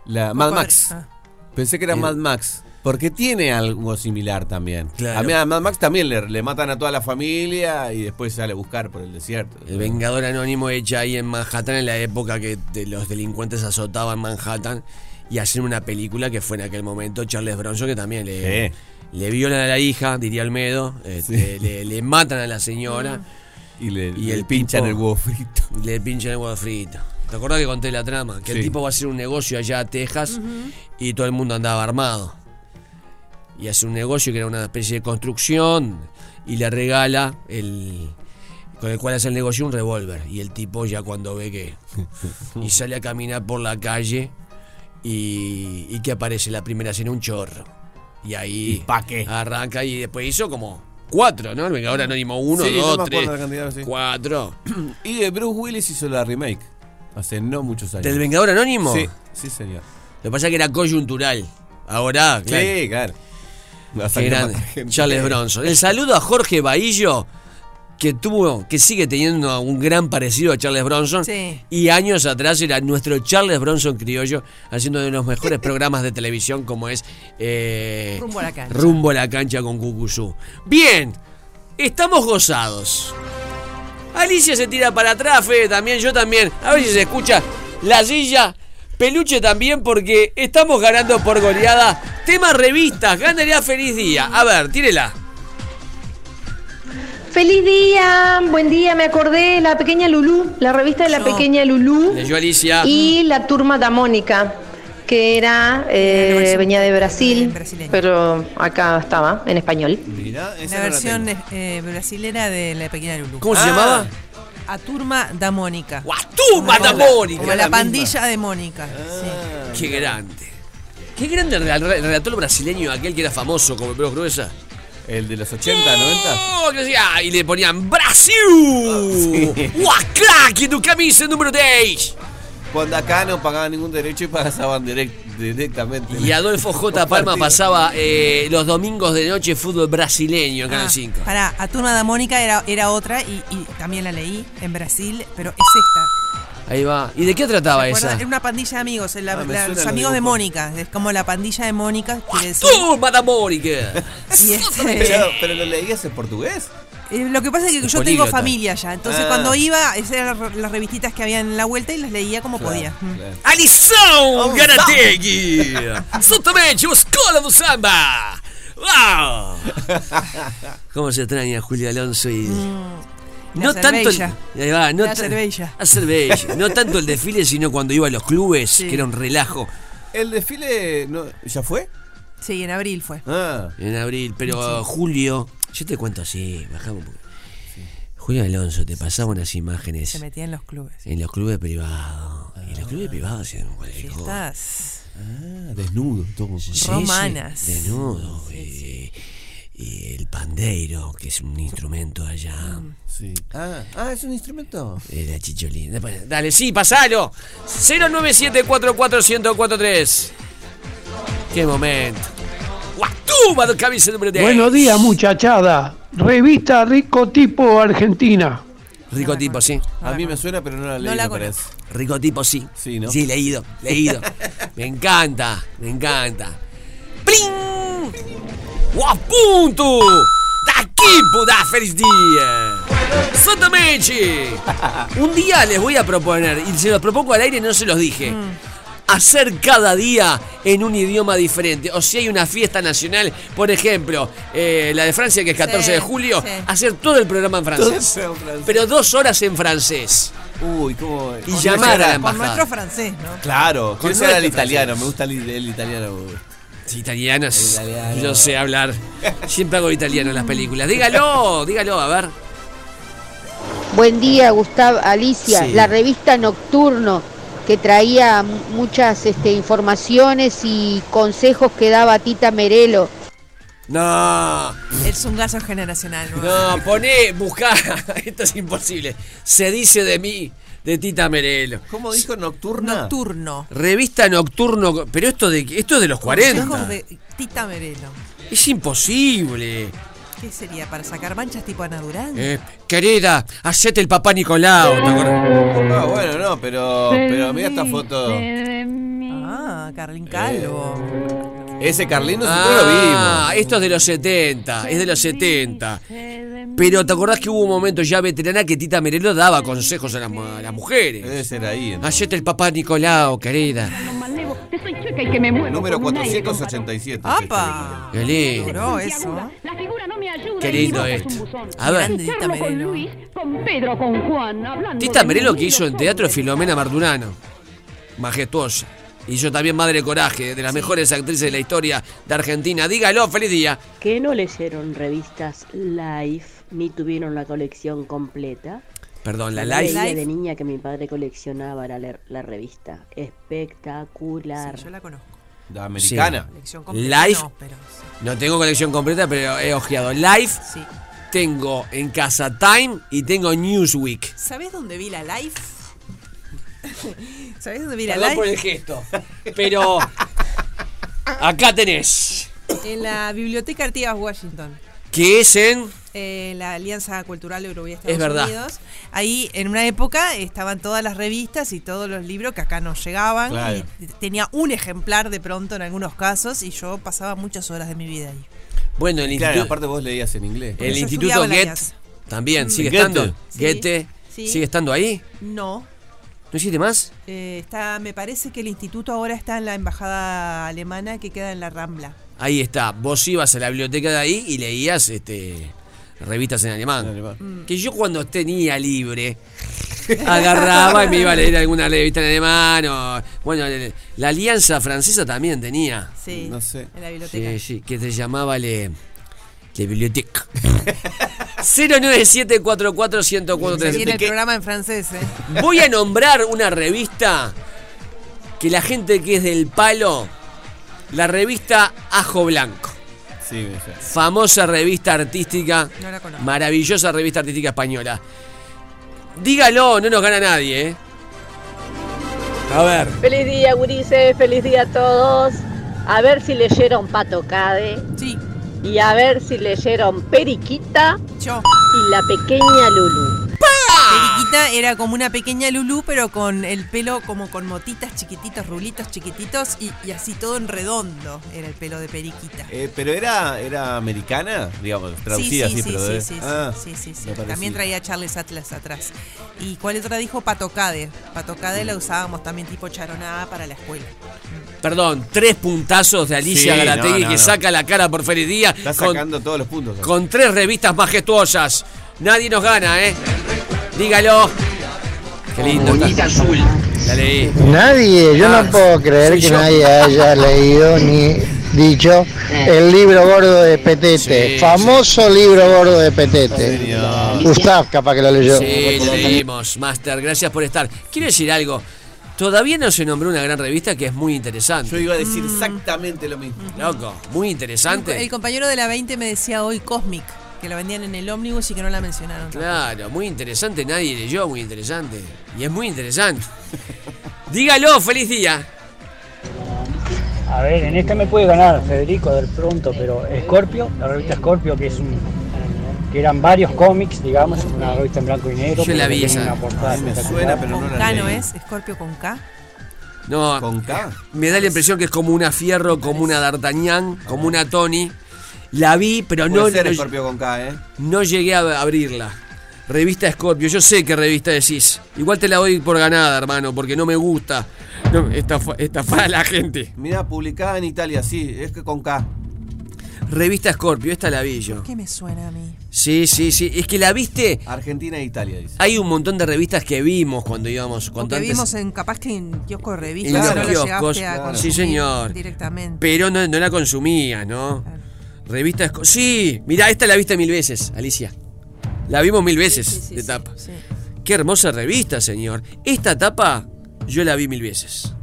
Speaker 7: La Mad
Speaker 3: Coco-
Speaker 7: Max.
Speaker 3: ah.
Speaker 7: Pensé que era
Speaker 3: Eh.
Speaker 7: Mad Max. Porque tiene algo similar también.
Speaker 3: Claro.
Speaker 7: A, mí a Mad Max también le, le matan a toda la familia y después sale a buscar por el desierto.
Speaker 3: El Vengador Anónimo hecha ahí en Manhattan en la época que te- los delincuentes azotaban Manhattan y hacen una película que fue en aquel momento Charles Bronson que también le,
Speaker 7: Sí.
Speaker 3: le violan a la hija, diría Almedo, este, le, le matan a la señora.
Speaker 7: Y le,
Speaker 3: Y el
Speaker 7: pinchan
Speaker 3: tipo-
Speaker 7: el huevo frito.
Speaker 3: Le pinchan el huevo frito. ¿Te acordás que conté la trama? Que el
Speaker 7: Sí.
Speaker 3: tipo va a hacer un negocio allá a Texas y todo el mundo andaba armado. Y hace un negocio que era una especie de construcción y le regala el con el cual hace el negocio un revólver. Y el tipo ya cuando ve que... Y sale a caminar por la calle y, y que aparece la primera escena un chorro. Y ahí arranca y después hizo como cuatro, ¿no? El Vengador Anónimo 1,
Speaker 7: Sí, no me
Speaker 3: 2,
Speaker 7: acuerdo
Speaker 3: 3,
Speaker 7: la cantidad, sí.
Speaker 3: 4.
Speaker 7: Y eh, Bruce Willis hizo la remake. Hace no muchos años.
Speaker 3: ¿Del Vengador Anónimo?
Speaker 7: Sí, sí, señor.
Speaker 3: Lo que pasa es que era coyuntural. Ahora, claro.
Speaker 7: Sí, claro. Vas a
Speaker 3: Qué
Speaker 7: matar
Speaker 3: grande.
Speaker 7: gente.
Speaker 3: Charles Bronson. El saludo a Jorge Bahillo, que tuvo, que sigue teniendo un gran parecido a Charles Bronson.
Speaker 5: Sí.
Speaker 3: Y años atrás era nuestro Charles Bronson criollo haciendo uno de los mejores programas de televisión como es eh,
Speaker 5: Rumbo a la cancha.
Speaker 3: Rumbo a la cancha con Cucuzú. Bien, estamos gozados. Alicia se tira para atrás, Fede también, yo también. A ver si se escucha la silla. Peluche también porque estamos ganando por goleada. Tema revistas, ganaría feliz día. A ver, tírela.
Speaker 15: Feliz día, buen día, me acordé la pequeña Lulú, la revista de la pequeña Lulú
Speaker 3: Leyó Alicia.
Speaker 15: y la turma da Mónica, que era eh, venía de Brasil, pero acá estaba en español.
Speaker 5: La versión eh, brasilera de la pequeña Lulu. Ah.
Speaker 3: ¿Cómo se llamaba?
Speaker 5: Aturma da Mónica.
Speaker 3: ¡Aturma da Mónica!
Speaker 5: Como
Speaker 3: Era la misma.
Speaker 5: la
Speaker 3: Ah.
Speaker 5: pandilla de Mónica. sí.
Speaker 3: Qué grande. Qué grande el re- el relator brasileño, aquel que era famoso como el Pedro Gruesa.
Speaker 7: El de los 80, 90.
Speaker 3: Oh, que decía, y le ponían
Speaker 7: Ah,
Speaker 3: Brasil. ¡Guau, crack! En tu camisa número 10.
Speaker 7: Cuando acá no pagaban ningún derecho y pasaban direct- directamente.
Speaker 3: Y Adolfo J. Palma
Speaker 7: Partido.
Speaker 3: pasaba eh, los domingos de noche fútbol brasileño en
Speaker 5: Ah.
Speaker 3: Canal 5.
Speaker 5: Pará, Aturma da Mónica era, era otra y, y también la leí en Brasil, pero es esta.
Speaker 3: Ahí va. ¿Y de qué trataba
Speaker 5: ¿Recuerdan?
Speaker 3: esa?
Speaker 5: Era una pandilla de amigos, la-
Speaker 3: Ah, me
Speaker 5: la-
Speaker 3: suena
Speaker 5: los
Speaker 3: el
Speaker 5: amigos de
Speaker 3: dibujo.
Speaker 5: Mónica. Es como la pandilla de Mónica. quiere decir-
Speaker 3: ¡Aturma da Mónica!
Speaker 5: Y este-
Speaker 7: Pero, pero lo leías en portugués.
Speaker 5: Eh, lo que pasa es que
Speaker 7: Es
Speaker 5: yo tengo
Speaker 7: políglota.
Speaker 5: familia ya, entonces
Speaker 7: Ah.
Speaker 5: cuando iba, esas eran las- las revistitas que había en la vuelta y las leía como podía. Oh,
Speaker 3: Alisson Garategui! Absolutamente, os cola do samba! ¡Wow! ¿Cómo se extraña Julio Alonso y.?
Speaker 5: Mm. la
Speaker 3: no tanto el,
Speaker 5: cervella.
Speaker 3: Ahí va, no
Speaker 5: La
Speaker 3: ta-
Speaker 5: cervella.
Speaker 3: la cervella. No tanto el desfile, sino cuando iba a los clubes, que era un relajo
Speaker 7: El desfile no- ya fue.
Speaker 5: Sí, en abril fue.
Speaker 7: Ah.
Speaker 3: en abril. Pero eh, Julio, yo te cuento así, bajamos un poco. Julio Alonso, te pasaba unas imágenes.
Speaker 5: Se metía en los clubes.
Speaker 3: En los clubes privados. En los clubes privados hacían cualquier cosa.
Speaker 5: Estás
Speaker 7: Ah, desnudo, todo.
Speaker 3: Sí,
Speaker 5: romanas.
Speaker 3: sí, desnudo. eh, y el pandeiro, que es un instrumento allá. Sí.
Speaker 7: Ah, ah, es un instrumento.
Speaker 3: la chicholina. Dale, sí, pasalo. 097-44143. Qué momento. Guatuma, dos camisas número 10.
Speaker 17: Buenos días, muchachada. Revista Rico Tipo Argentina.
Speaker 3: Rico tipo, sí.
Speaker 7: A mí me suena, pero no la leí,
Speaker 3: la
Speaker 7: me parece.
Speaker 3: Rico tipo, sí. Sí,
Speaker 7: ¿no?
Speaker 3: leído, leído. me encanta, me encanta. ¡Pling! ¡Guapunto! ¡Da equipo da feliz día! ¡Exactamente! Un día les voy a proponer, y se los propongo al aire, no se los dije. Hacer cada día en un idioma diferente. O si hay una fiesta nacional, por ejemplo, eh, la de Francia, que es 14 de julio,
Speaker 7: sí.
Speaker 3: hacer todo el programa en francés.
Speaker 7: Todo en francés.
Speaker 3: Pero dos horas en francés.
Speaker 7: Uy, cómo.
Speaker 3: Y llamar a la embajada.
Speaker 5: Nuestro francés, ¿no?
Speaker 7: Claro,
Speaker 3: Con
Speaker 7: quiero ser el
Speaker 3: nuestro
Speaker 7: italiano,
Speaker 3: francés.
Speaker 7: me gusta el, el italiano.
Speaker 3: Sí, italianos.
Speaker 7: Italiano.
Speaker 3: Yo sé hablar. Siempre hago italiano en las películas. Dígalo, dígalo, a ver.
Speaker 18: Buen día, Gustavo, Alicia.
Speaker 3: Sí.
Speaker 18: La revista Nocturno, que traía m- muchas este, informaciones y consejos que daba Tita Merelo.
Speaker 3: No.
Speaker 5: Es un gaso generacional. ¿no?
Speaker 3: No, poné, buscá. Esto es imposible. Se dice de mí, de Tita Merelo.
Speaker 7: ¿Cómo dijo nocturna?
Speaker 3: Ah.
Speaker 5: Nocturno.
Speaker 3: Revista nocturno. Pero esto de esto es de los 40.
Speaker 5: Consejos de Tita Merelo.
Speaker 3: Es imposible.
Speaker 5: ¿Qué sería? ¿Para sacar manchas tipo Ana Durán?
Speaker 3: Eh, querida, hacete el papá Nicolau. ¿te acordás?
Speaker 7: No, Ah, bueno, no, pero, pero mira esta foto.
Speaker 5: Ah, Carlín Calvo.
Speaker 7: Ese Carlino nosotros lo
Speaker 3: Ah,
Speaker 7: vimos.
Speaker 3: esto es de los 70, es de los 70. Pero ¿te acordás que hubo un momento ya veterana que Tita Merelo daba consejos a, las mu- a las mujeres? Debe
Speaker 7: ser ahí.
Speaker 3: Hacete el papá Nicolau, querida.
Speaker 7: Número 487.
Speaker 5: ¡Apa!
Speaker 3: Qué lindo.
Speaker 5: Duró eso.
Speaker 19: La figura no me ayuda.
Speaker 3: Qué
Speaker 19: y digo
Speaker 3: lindo
Speaker 19: que es
Speaker 3: esto.
Speaker 19: un buzón.
Speaker 3: A ver.
Speaker 19: Con
Speaker 3: Grande
Speaker 5: Tita
Speaker 19: Carlos, con
Speaker 5: Merelo.
Speaker 19: Luis, con Pedro, con Juan, hablando
Speaker 3: Tita
Speaker 19: de
Speaker 3: Merelo
Speaker 19: mí,
Speaker 3: que hizo
Speaker 19: los
Speaker 3: en teatro Filomena Marturano. Majestuosa. Y yo también Madre Coraje, de las mejores actrices de la historia de Argentina. Dígalo, feliz día.
Speaker 28: ¿Que no leyeron revistas Life ni tuvieron la colección completa?
Speaker 3: Perdón, la
Speaker 28: Yo leía
Speaker 3: live.
Speaker 28: de niña que mi padre coleccionaba la, la- la revista. Espectacular. yo la
Speaker 5: conozco.
Speaker 7: La americana.
Speaker 5: Colección completa
Speaker 3: Life.
Speaker 5: no, pero
Speaker 3: No tengo colección completa, pero he ojeado. Live. Tengo en casa Time y tengo Newsweek.
Speaker 5: ¿Sabés dónde vi la live? ¿Sabés dónde vi la
Speaker 3: Perdón
Speaker 5: live?
Speaker 3: por el gesto. Pero acá tenés.
Speaker 5: En la biblioteca Artigas Washington.
Speaker 3: Que es en.
Speaker 5: eh, la Alianza Cultural Europea de Estados
Speaker 3: Es verdad.
Speaker 5: Unidos. Ahí en una época estaban todas las revistas y todos los libros que acá nos llegaban.
Speaker 3: Claro.
Speaker 5: Y t- tenía un ejemplar de pronto en algunos casos y yo pasaba muchas horas de mi vida ahí.
Speaker 3: Bueno, el
Speaker 7: Claro,
Speaker 3: instituto-
Speaker 7: aparte vos leías en inglés.
Speaker 3: El
Speaker 5: Yo
Speaker 3: Instituto
Speaker 5: estudiaba la
Speaker 3: Get
Speaker 5: IAS.
Speaker 3: también sigue
Speaker 7: Mm. Goethe.
Speaker 3: estando.
Speaker 5: Sí,
Speaker 3: Goethe
Speaker 5: sí.
Speaker 3: sigue estando ahí.
Speaker 5: No,
Speaker 3: ¿No hiciste más?
Speaker 5: eh, está, me parece que el instituto ahora está en la embajada alemana que queda en la Rambla.
Speaker 3: Ahí está. Vos ibas a la biblioteca de ahí y leías este revistas en alemán.
Speaker 5: Mm.
Speaker 3: Que yo cuando tenía libre agarraba y me iba a leer alguna revista en alemán o bueno, el- la Alianza Francesa también tenía.
Speaker 5: Sí,
Speaker 3: No sé.
Speaker 5: en la biblioteca.
Speaker 3: Sí, sí, que se llamaba le le biblioteca. 097
Speaker 5: Y en el programa en francés, ¿eh?
Speaker 3: Voy a nombrar una revista que la gente que es del palo, la revista Ajo Blanco.
Speaker 7: Sí, me sé.
Speaker 3: Famosa revista artística,
Speaker 5: No la conozco.
Speaker 3: maravillosa revista artística española. Dígalo, no nos gana nadie, ¿eh? A ver.
Speaker 21: Feliz día, Gurice, feliz día a todos. A ver si leyeron Pato Cade.
Speaker 5: Sí.
Speaker 21: Y a ver si leyeron Periquita
Speaker 5: Yo.
Speaker 21: y la pequeña Lulu.
Speaker 5: Periquita era como una pequeña Lulú, pero con el pelo como con motitas chiquititos, rulitos chiquititos y, y así todo en redondo era el pelo de Periquita.
Speaker 7: Eh, pero era, era americana, digamos, traducida
Speaker 5: sí,
Speaker 7: así,
Speaker 5: sí,
Speaker 7: pero
Speaker 5: sí,
Speaker 7: de-
Speaker 5: sí, sí,
Speaker 7: Ah,
Speaker 5: sí, sí, sí.
Speaker 7: me parecía.
Speaker 5: También traía a Charles Atlas atrás. ¿Y cuál otra dijo? Patocade. Patocade
Speaker 3: Mm.
Speaker 5: la usábamos también tipo charonada para la escuela.
Speaker 3: Perdón, tres puntazos de Alicia
Speaker 7: Sí,
Speaker 3: Galategui
Speaker 7: no, no,
Speaker 3: que
Speaker 7: no.
Speaker 3: saca la cara por Feliz Día
Speaker 7: Está
Speaker 3: con
Speaker 7: sacando todos los puntos.
Speaker 3: con tres revistas majestuosas. Nadie nos gana, ¿eh? Dígalo. Qué lindo. está. La leí.
Speaker 22: Nadie, yo
Speaker 3: Ah,
Speaker 22: no puedo creer
Speaker 3: soy
Speaker 22: que
Speaker 3: yo.
Speaker 22: nadie haya leído ni dicho
Speaker 3: Eh.
Speaker 22: el libro gordo de Petete, famoso libro gordo de Petete. Gustav capaz que lo leyó.
Speaker 3: Sí, lo leímos, Master. Gracias por estar. Quiero decir algo. Todavía no se nombró una gran revista que es muy interesante. Yo
Speaker 7: iba a decir exactamente lo mismo.
Speaker 3: Loco, muy
Speaker 5: Mm. El
Speaker 3: interesante.
Speaker 5: compañero de la 20 me decía hoy Cosmic, que la vendían en el ómnibus y que no la mencionaron.
Speaker 3: Claro, muy interesante. Nadie leyó, muy interesante. Y es muy interesante. Dígalo, feliz día.
Speaker 23: A ver, en esta me puede ganar Federico del pronto, pero Scorpio, la revista Scorpio, que es un que eran varios cómics, digamos, una revista en blanco y negro.
Speaker 3: Yo la vi
Speaker 23: que tiene
Speaker 3: esa.
Speaker 23: una portada
Speaker 3: Ay, me
Speaker 23: espectacular.
Speaker 3: suena, pero no la
Speaker 5: K no es, Scorpio con K.
Speaker 3: No.
Speaker 7: ¿Con K?
Speaker 3: Me da la impresión que es como una Fierro, como una D'Artagnan, como una Tony. La vi, pero no,
Speaker 7: Puede ser
Speaker 3: no-
Speaker 7: Scorpio con K, ¿eh?
Speaker 3: no llegué a abrirla. Revista Scorpio, yo sé qué revista decís. Igual te la doy por ganada, hermano, porque no me gusta. No, estafa- estafar a la gente.
Speaker 7: Mirá, publicada en Italia, sí, es que con K.
Speaker 3: Revista Scorpio, esta la vi yo.
Speaker 5: ¿Qué me suena a mí?
Speaker 3: Sí, sí, sí. Es que la viste.
Speaker 7: Argentina e Italia, dice.
Speaker 3: Hay un montón de revistas que vimos cuando íbamos. Cuando
Speaker 5: Que
Speaker 3: antes-
Speaker 5: vimos en capaz que en kiosco de revistas,
Speaker 3: En los
Speaker 5: no la
Speaker 3: kioscos.
Speaker 5: llegaste a
Speaker 3: Claro.
Speaker 5: consumir
Speaker 3: Sí, señor.
Speaker 5: Directamente.
Speaker 3: Pero no, no la consumía, ¿no? Revista Scorpio. Sí, mirá, esta la viste mil veces, Alicia. La vimos mil veces de tapa. Qué hermosa revista, señor. Esta tapa yo la vi mil veces.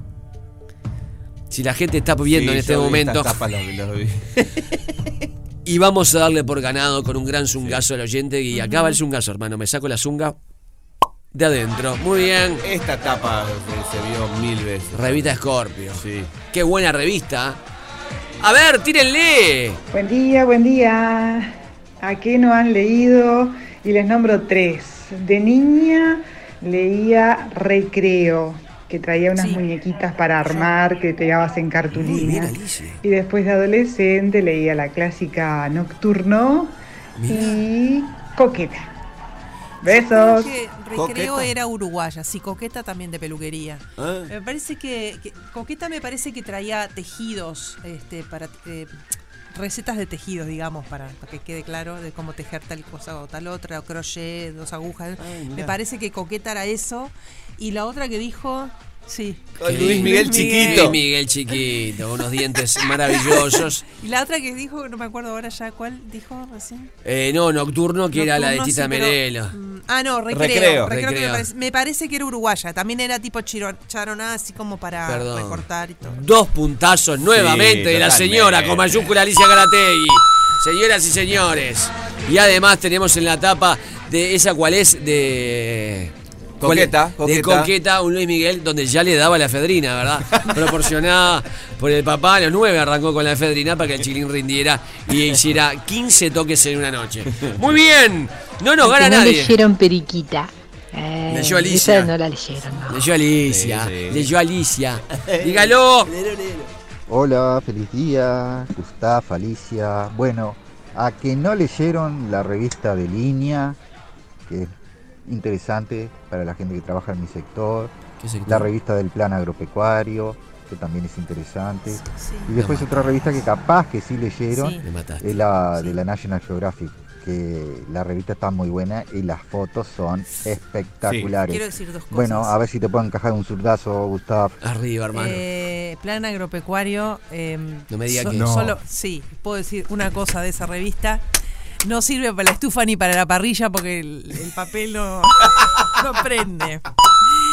Speaker 3: Si la gente está viendo
Speaker 7: Sí,
Speaker 3: en este
Speaker 7: yo vi
Speaker 3: momento.
Speaker 7: estas tapas, las vi, las vi.
Speaker 3: Y vamos a darle por ganado con un gran zungazo al oyente. Y acaba el zungazo, hermano. Me saco la zunga de adentro. Muy bien.
Speaker 7: Esta tapa eh, se vio mil veces.
Speaker 3: Revista Scorpio.
Speaker 7: Sí.
Speaker 3: Qué buena revista. ¿eh? A ver, tírenle.
Speaker 16: Buen día, buen día. ¿A qué no han leído? Y les nombro tres. De niña leía Recreo, que traía unas muñequitas para armar que pegabas en cartulina. Y después de adolescente leía la clásica Nocturno y Coqueta.
Speaker 5: Creo
Speaker 16: Besos.
Speaker 5: que Recreo
Speaker 16: Coqueta.
Speaker 5: era uruguaya, sí, Coqueta también de peluquería.
Speaker 3: ¿Eh?
Speaker 5: Me parece que, que- Coqueta me parece que traía tejidos, este, para eh, recetas de tejidos, digamos, para, para que quede claro de cómo tejer tal cosa o tal otra, o crochet, dos agujas.
Speaker 7: mirá.
Speaker 5: me parece que Coqueta era eso. Y la otra que dijo, sí.
Speaker 7: Ay, Luis Miguel chiquito.
Speaker 3: Luis Miguel chiquito. Unos dientes maravillosos.
Speaker 5: Y la otra que dijo, no me acuerdo ahora ya cuál dijo recién.
Speaker 3: Eh, no, Nocturno, que era la de
Speaker 5: Nocturno,
Speaker 3: Tita
Speaker 5: sí, pero-
Speaker 3: Merelo.
Speaker 5: Ah, no, recreo.
Speaker 3: Recreo.
Speaker 5: Recreo, que
Speaker 3: Recreo.
Speaker 5: me, parece, me parece que era uruguaya. También era tipo chiro- charonada, así como para
Speaker 3: Perdón.
Speaker 5: recortar y todo.
Speaker 3: Dos puntazos nuevamente de la
Speaker 7: totalmente.
Speaker 3: señora con mayúscula Alicia Garategui. Señoras y señores. Y además tenemos en la tapa de esa cual es de ¿Cuál es?
Speaker 7: Coqueta,
Speaker 3: De
Speaker 7: coqueta.
Speaker 3: coqueta, un Luis Miguel donde ya le daba la efedrina, ¿verdad? Proporcionada por el papá, a los nueve arrancó con la efedrina para que el chilín rindiera y hiciera 15 toques en una noche. Muy bien, no nos
Speaker 6: Porque
Speaker 3: gana
Speaker 6: no
Speaker 3: nadie.
Speaker 6: leyeron Periquita. Eh,
Speaker 3: Leyó Alicia.
Speaker 6: esa no la leyeron.
Speaker 3: Leyó Alicia, leyó Alicia. Dígalo.
Speaker 29: Hola, feliz día, Gustaf, Alicia. Bueno, a que no leyeron la revista de línea, que es interesante para la gente que trabaja en mi sector,
Speaker 3: ¿Qué sector?
Speaker 29: la revista del plan agropecuario, que también es interesante,
Speaker 3: sí.
Speaker 29: y después
Speaker 3: Me
Speaker 29: otra revista que capaz que sí leyeron,
Speaker 3: Sí. Me mataste.
Speaker 29: es la de la National Geographic, que la revista está muy buena y las fotos son espectaculares.
Speaker 5: Quiero decir dos cosas.
Speaker 29: Bueno, a ver si te puedo encajar un zurdazo, Gustaf.
Speaker 3: Arriba,
Speaker 5: Eh, plan agropecuario. eh,
Speaker 29: No me diga
Speaker 5: so-
Speaker 29: que- No.
Speaker 5: Solo, sí, puedo decir una cosa de esa revista. No sirve para la estufa ni para la parrilla porque el, el papel no, no prende.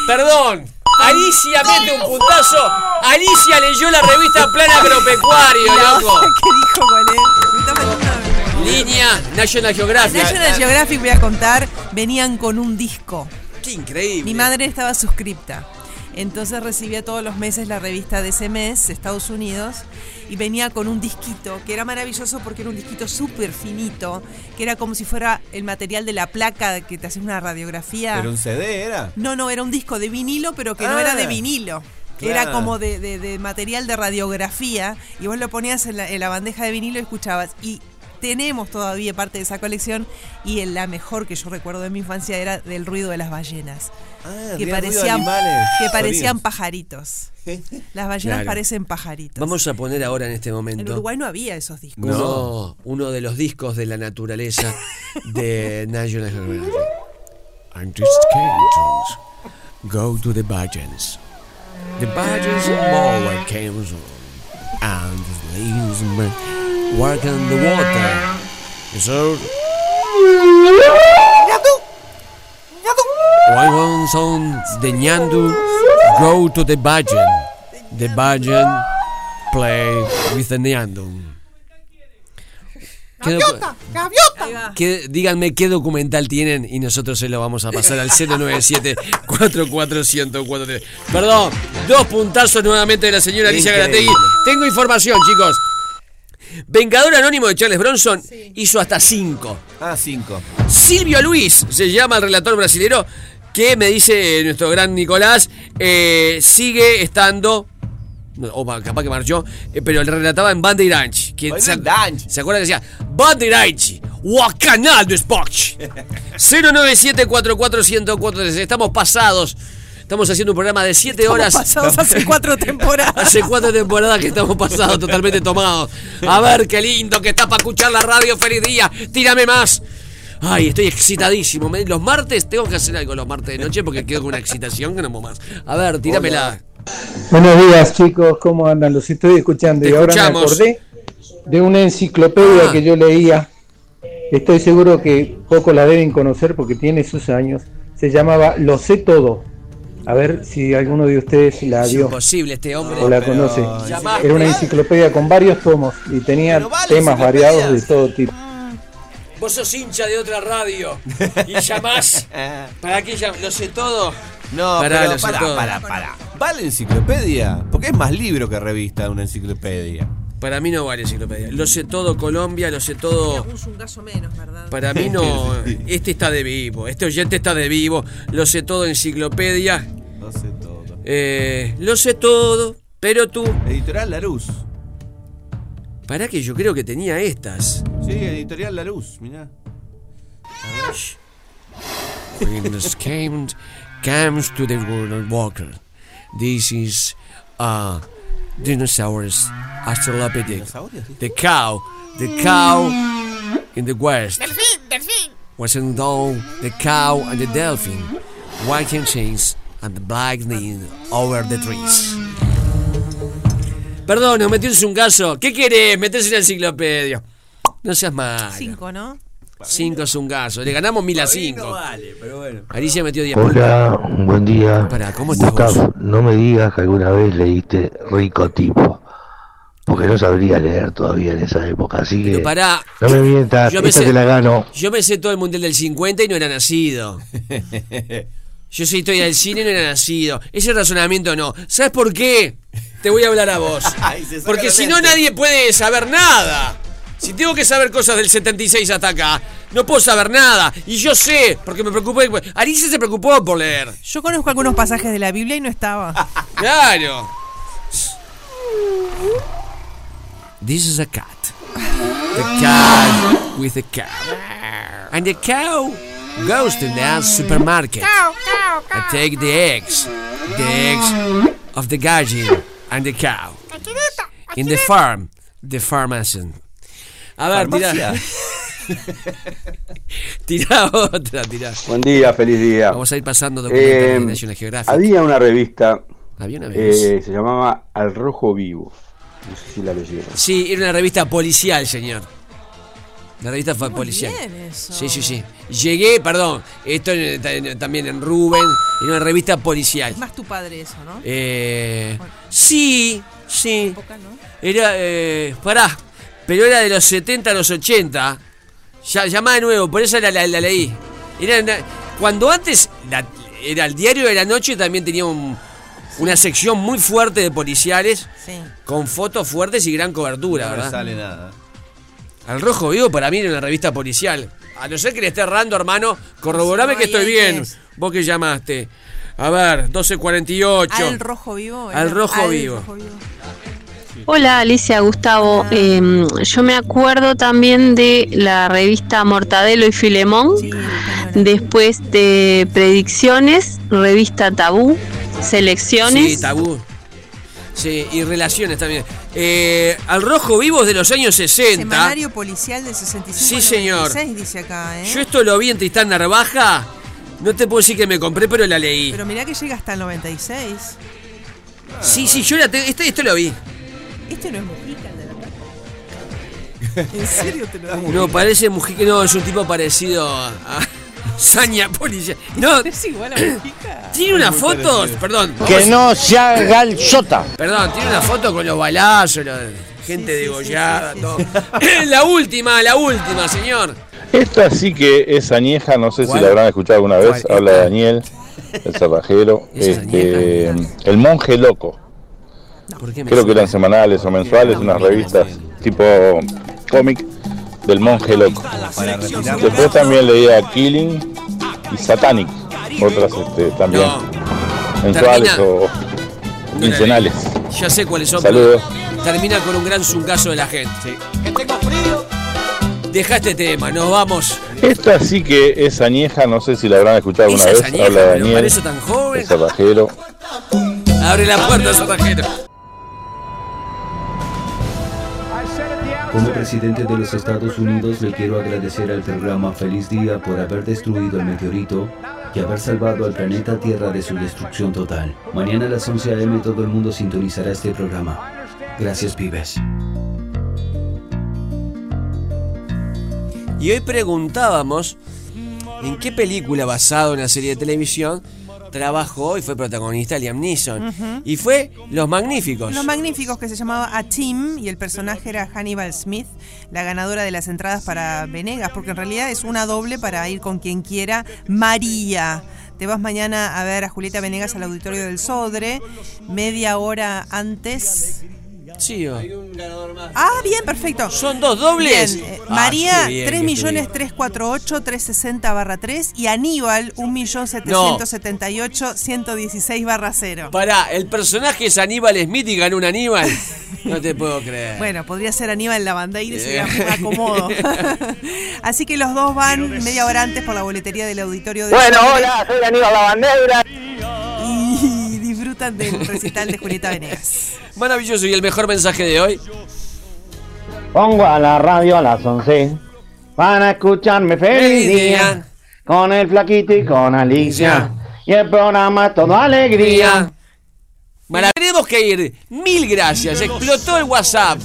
Speaker 3: Perdón. Alicia mete un puntazo. Alicia leyó la revista Plan Agropecuario,
Speaker 5: La
Speaker 3: loco.
Speaker 5: otra que dijo cuál es? Me está faltando-
Speaker 3: Línea National
Speaker 5: En
Speaker 3: Geographic.
Speaker 5: National Geographic, voy a contar, venían con un disco.
Speaker 3: Qué increíble.
Speaker 5: Mi madre estaba suscripta. Entonces recibía todos los meses la revista de ese mes, Estados Unidos, y venía con un disquito, que era maravilloso porque era un disquito súper finito, que era como si fuera el material de la placa que te haces una radiografía.
Speaker 7: Pero un CD era.
Speaker 5: No, no, era un disco de vinilo, pero que no
Speaker 7: Ah,
Speaker 5: era de vinilo. Era
Speaker 7: claro.
Speaker 5: como de, de- de material de radiografía y vos lo ponías en la, en la bandeja de vinilo y escuchabas. Y tenemos todavía parte de esa colección y en la mejor que yo recuerdo de mi infancia era del ruido de las ballenas. que
Speaker 7: había ruido de
Speaker 5: parecían,
Speaker 7: animales,
Speaker 5: que parecían
Speaker 3: sonidos.
Speaker 5: pajaritos. Las ballenas
Speaker 3: Claro.
Speaker 5: parecen pajaritos.
Speaker 3: Vamos a poner ahora en este
Speaker 5: En
Speaker 3: momento
Speaker 5: Uruguay no había esos discos.
Speaker 3: uno, uno de los discos de la naturaleza de National Geographic. And the skeletons go to the budgeons. The budgeons mower comes on. And the leaves ma- work on the water. So Why won't on the Nyandu go to the Bajan? The Bajan play with the Nyandu. ¿Qué docu-
Speaker 5: ¡Gaviota!
Speaker 3: qué- díganme qué documental tienen y nosotros se lo vamos a pasar al 097 44143 Perdón, dos puntazos nuevamente de la señora Alicia
Speaker 7: Increíble.
Speaker 3: Garategui. Tengo información, chicos. Vengador Anónimo de Charles Bronson hizo hasta cinco.
Speaker 7: Ah, cinco.
Speaker 3: Silvio Luis se llama el relator brasilero que me dice eh, nuestro gran Nicolás eh, sigue estando no, o va, capaz que marchó eh, pero le relataba en Bandeirante que se, se acuerda que decía Bandeirante Wacanal do Esporte 097441043 estamos pasados Estamos haciendo un programa de 7
Speaker 5: Estamos
Speaker 3: horas.
Speaker 5: pasados hace cuatro temporadas.
Speaker 3: hace cuatro temporadas que estamos pasados, totalmente tomados. A ver, qué lindo que está para escuchar la radio. Feliz día. Tírame más. Ay, estoy excitadísimo. Me- Los martes tengo que hacer algo los martes de noche porque quedo con una excitación que no puedo más. A ver, tíramela.
Speaker 11: Buenos días chicos, ¿cómo andan? Los estoy escuchando y
Speaker 3: Te
Speaker 11: ahora me
Speaker 3: escuchamos.
Speaker 11: acordé de una enciclopedia
Speaker 3: Ah.
Speaker 11: que yo leía. Estoy seguro que pocos la deben conocer porque tiene sus años. Se llamaba Lo sé todo. A ver si alguno de ustedes la
Speaker 3: es
Speaker 11: vio
Speaker 3: imposible este hombre.
Speaker 11: o la
Speaker 3: Pero-
Speaker 11: conoce.
Speaker 3: Llamaste.
Speaker 11: Era una enciclopedia con varios tomos y tenía temas variados de todo tipo.
Speaker 3: Vos sos hincha de otra radio y llamás. ¿Para qué llamás? Lo sé todo.
Speaker 7: No,
Speaker 3: Pará,
Speaker 7: pero
Speaker 3: lo sé
Speaker 7: pará,
Speaker 3: todo.
Speaker 7: pará, pará. ¿Vale enciclopedia? Porque es más libro que revista una enciclopedia.
Speaker 3: Para mí no vale enciclopedia. Lo sé todo Colombia, lo sé todo.
Speaker 5: Un zungazo menos, ¿verdad?
Speaker 3: Para mí no. Este está de vivo. Este oyente está de vivo. Lo sé todo enciclopedia.
Speaker 7: Lo sé todo.
Speaker 3: Eh, lo sé todo, pero tú.
Speaker 7: Editorial Laruz.
Speaker 3: Pará que yo creo que tenía estas.
Speaker 7: Sí, Editorial Laruz, mirá. A ver.
Speaker 3: When the came comes to the world walker. This is uh dinosaurs astrolopedic. The cow, the cow in the west.
Speaker 14: Delfín, delfín.
Speaker 3: Western down the cow and the dolphin, white chains and the black lightning over the trees. Perdón, nos metió un caso. ¿Qué querés? Metés en la enciclopedia. No seas malo.
Speaker 5: Cinco, ¿no?
Speaker 3: Cinco es un gaso. Le ganamos mil a cinco. Alicia metió 10
Speaker 6: Hola, buen día.
Speaker 3: ¿cómo estás
Speaker 6: Gustavo, no me digas que alguna vez leíste Rico Tipo, porque no sabría leer todavía en esa época, así que
Speaker 3: Pero pará.
Speaker 6: no me mientas,
Speaker 3: Yo me
Speaker 6: esta
Speaker 3: sé-
Speaker 6: te la gano.
Speaker 3: Yo me sé todo el mundial del 50 y no era nacido. Yo soy historia del cine, no era nacido. Ese razonamiento no. ¿Sabes por qué? Te voy a hablar a vos. Porque si no, nadie puede saber nada. Si tengo que saber cosas del 76 hasta acá, no puedo saber nada. Y yo sé, porque me preocupé. Alicia se preocupó por leer.
Speaker 5: Yo conozco algunos pasajes de la Biblia y no estaba.
Speaker 3: Claro. This is a cat. The cat with a cow. And the cow goes to the supermarket. I take the eggs. The eggs of the guardian and the cow. In the farm, the pharmacist. A ver, tirá. tirá otra, tirá.
Speaker 10: Buen día, feliz día.
Speaker 3: Vamos a ir pasando documentales
Speaker 10: Eh,
Speaker 3: de National Geographic.
Speaker 10: Había una revista.
Speaker 3: Había una revista.
Speaker 10: eh, se llamaba Al Rojo Vivo. No sé si la leyeron.
Speaker 3: Sí, era una revista policial, señor. La revista fue policial. Sí, sí, sí. Llegué, perdón, esto en- en- también en Rubén, era una revista policial.
Speaker 5: Es más tu padre eso, ¿no?
Speaker 3: Eh, sí, sí. Era, eh, pará, pero era de los 70 a los 80. Ya, llamá de nuevo, por eso la, la, la leí. Era una- cuando antes la- era el diario de la noche, también tenía un- una sección muy fuerte de policiales, con fotos fuertes y gran cobertura,
Speaker 7: No me
Speaker 3: ¿verdad?
Speaker 7: sale nada.
Speaker 3: Al Rojo Vivo para mí era una revista policial. A no ser que le esté errando, hermano, corroborame que estoy bien. Vos que llamaste. A ver, 1248.
Speaker 5: Al rojo vivo.
Speaker 3: Al
Speaker 5: era-
Speaker 3: rojo vivo.
Speaker 30: Hola Alicia, Gustavo. Em, yo me acuerdo también de la revista Mortadelo y Filemón, después de Predicciones, revista Tabú, Selecciones.
Speaker 3: Sí, tabú. Sí, y relaciones también. Eh, al Rojo Vivo es de los años 60.
Speaker 5: Semanario policial del 65
Speaker 3: Sí,
Speaker 5: al
Speaker 3: señor.
Speaker 5: 96, dice acá, ¿eh?
Speaker 3: Yo esto lo vi en Tristán Narvaja. No te puedo decir que me compré, pero la leí.
Speaker 5: Pero mirá que llega hasta el 96.
Speaker 3: Sí, sí, yo la te- este, esto lo vi.
Speaker 5: Este no es Mujica, el de la plata. ¿En serio te lo digo?
Speaker 3: No, parece Mujica. No, es un tipo parecido a a Saña Policía. No.
Speaker 5: Es igual a Mujica.
Speaker 3: Tiene unas fotos, perdón.
Speaker 27: Que
Speaker 3: vamos-
Speaker 27: no se haga el sota.
Speaker 3: Perdón, tiene una foto con los balazos, la gente degollada, todo. la última, la última, señor.
Speaker 14: Esta sí que es añeja, no sé
Speaker 3: ¿Cuál?
Speaker 14: si la habrán escuchado alguna vez.
Speaker 3: ¿Cuál?
Speaker 14: Habla de Daniel, el cerrajero. este, el monje loco.
Speaker 3: ¿Por qué me
Speaker 14: Creo que eran semanales o mensuales, unas revistas tipo cómic del monje loco. Después también leía Killing y Satanic, otras este, también mensuales
Speaker 3: Termina.
Speaker 14: o quincenales.
Speaker 3: Ya sé cuáles son.
Speaker 14: Saludos.
Speaker 3: pero Termina con un gran zungazo de la gente. Deja este tema, nos vamos.
Speaker 14: Esta sí que es añeja, no sé si la habrán escuchado alguna
Speaker 3: Esa es
Speaker 14: vez.
Speaker 3: añeja,
Speaker 14: Habla de
Speaker 3: pero
Speaker 14: Daniel,
Speaker 3: parece tan joven.
Speaker 14: el cerrajero.
Speaker 3: Abre la puerta, Sarrajero.
Speaker 2: Como presidente de los Estados Unidos le quiero agradecer al programa Feliz Día por haber destruido el meteorito y haber salvado al planeta Tierra de su destrucción total. Mañana a las 11 a.m. todo el mundo sintonizará este programa. Gracias, pibes.
Speaker 3: Y hoy preguntábamos en qué película basada en una serie de televisión trabajó y fue protagonista Liam Neeson.
Speaker 5: Ujú.
Speaker 3: Y fue Los Magníficos.
Speaker 5: Los Magníficos, que se llamaba A Team y el personaje era Hannibal Smith, la ganadora de las entradas para Venegas, porque en realidad es una doble para ir con quien quiera. María, te vas mañana a ver a Julieta Venegas al auditorio del Sodre, media hora antes.
Speaker 3: Sí,
Speaker 5: Ah, bien, perfecto.
Speaker 3: Son dos dobles.
Speaker 5: Bien, eh,
Speaker 3: Ah,
Speaker 5: María,
Speaker 3: qué bien,
Speaker 5: 3
Speaker 3: qué
Speaker 5: millones 348 360 barra 3 y Aníbal, 1 millón 778 116 barra 0.
Speaker 3: Pará, el personaje es Aníbal Smith y ganó un Aníbal. No te puedo creer.
Speaker 5: Bueno, podría ser Aníbal Lavandeira si
Speaker 3: Eh.
Speaker 5: me acomodo. Así que los dos van media hora antes por la boletería del auditorio de
Speaker 27: Bueno, hola, soy Aníbal Lavandeira.
Speaker 5: Y disfrutan del recital de Julieta Venegas.
Speaker 3: Maravilloso. Y el mejor mensaje de hoy.
Speaker 27: Pongo a la radio a las 11 para escucharme feliz día con el flaquito y con Alicia. Y el programa todo alegría.
Speaker 3: Marav- Tenemos que ir. Mil gracias. Explotó el WhatsApp.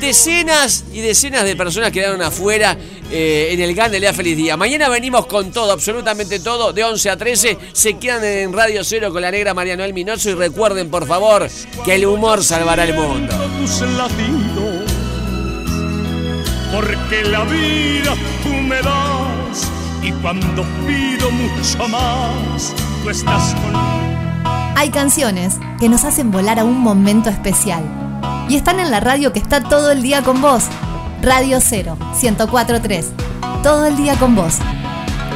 Speaker 3: Decenas y decenas de personas quedaron afuera eh, en el GAN de Lea Feliz Día. Mañana venimos con todo, absolutamente todo, de 11 a 13. Se quedan en Radio Cero con la negra María Noel Minoso y recuerden, por favor, que el humor salvará el mundo.
Speaker 20: tus latidos, porque la vida tú me das
Speaker 8: y cuando pido mucho más, tú estás conmigo.
Speaker 2: Hay canciones que nos hacen volar a un momento especial. Y están en la radio que está todo el día con vos. Radio 0, 1043. Todo el día con vos.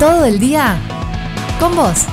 Speaker 2: Todo el día con vos.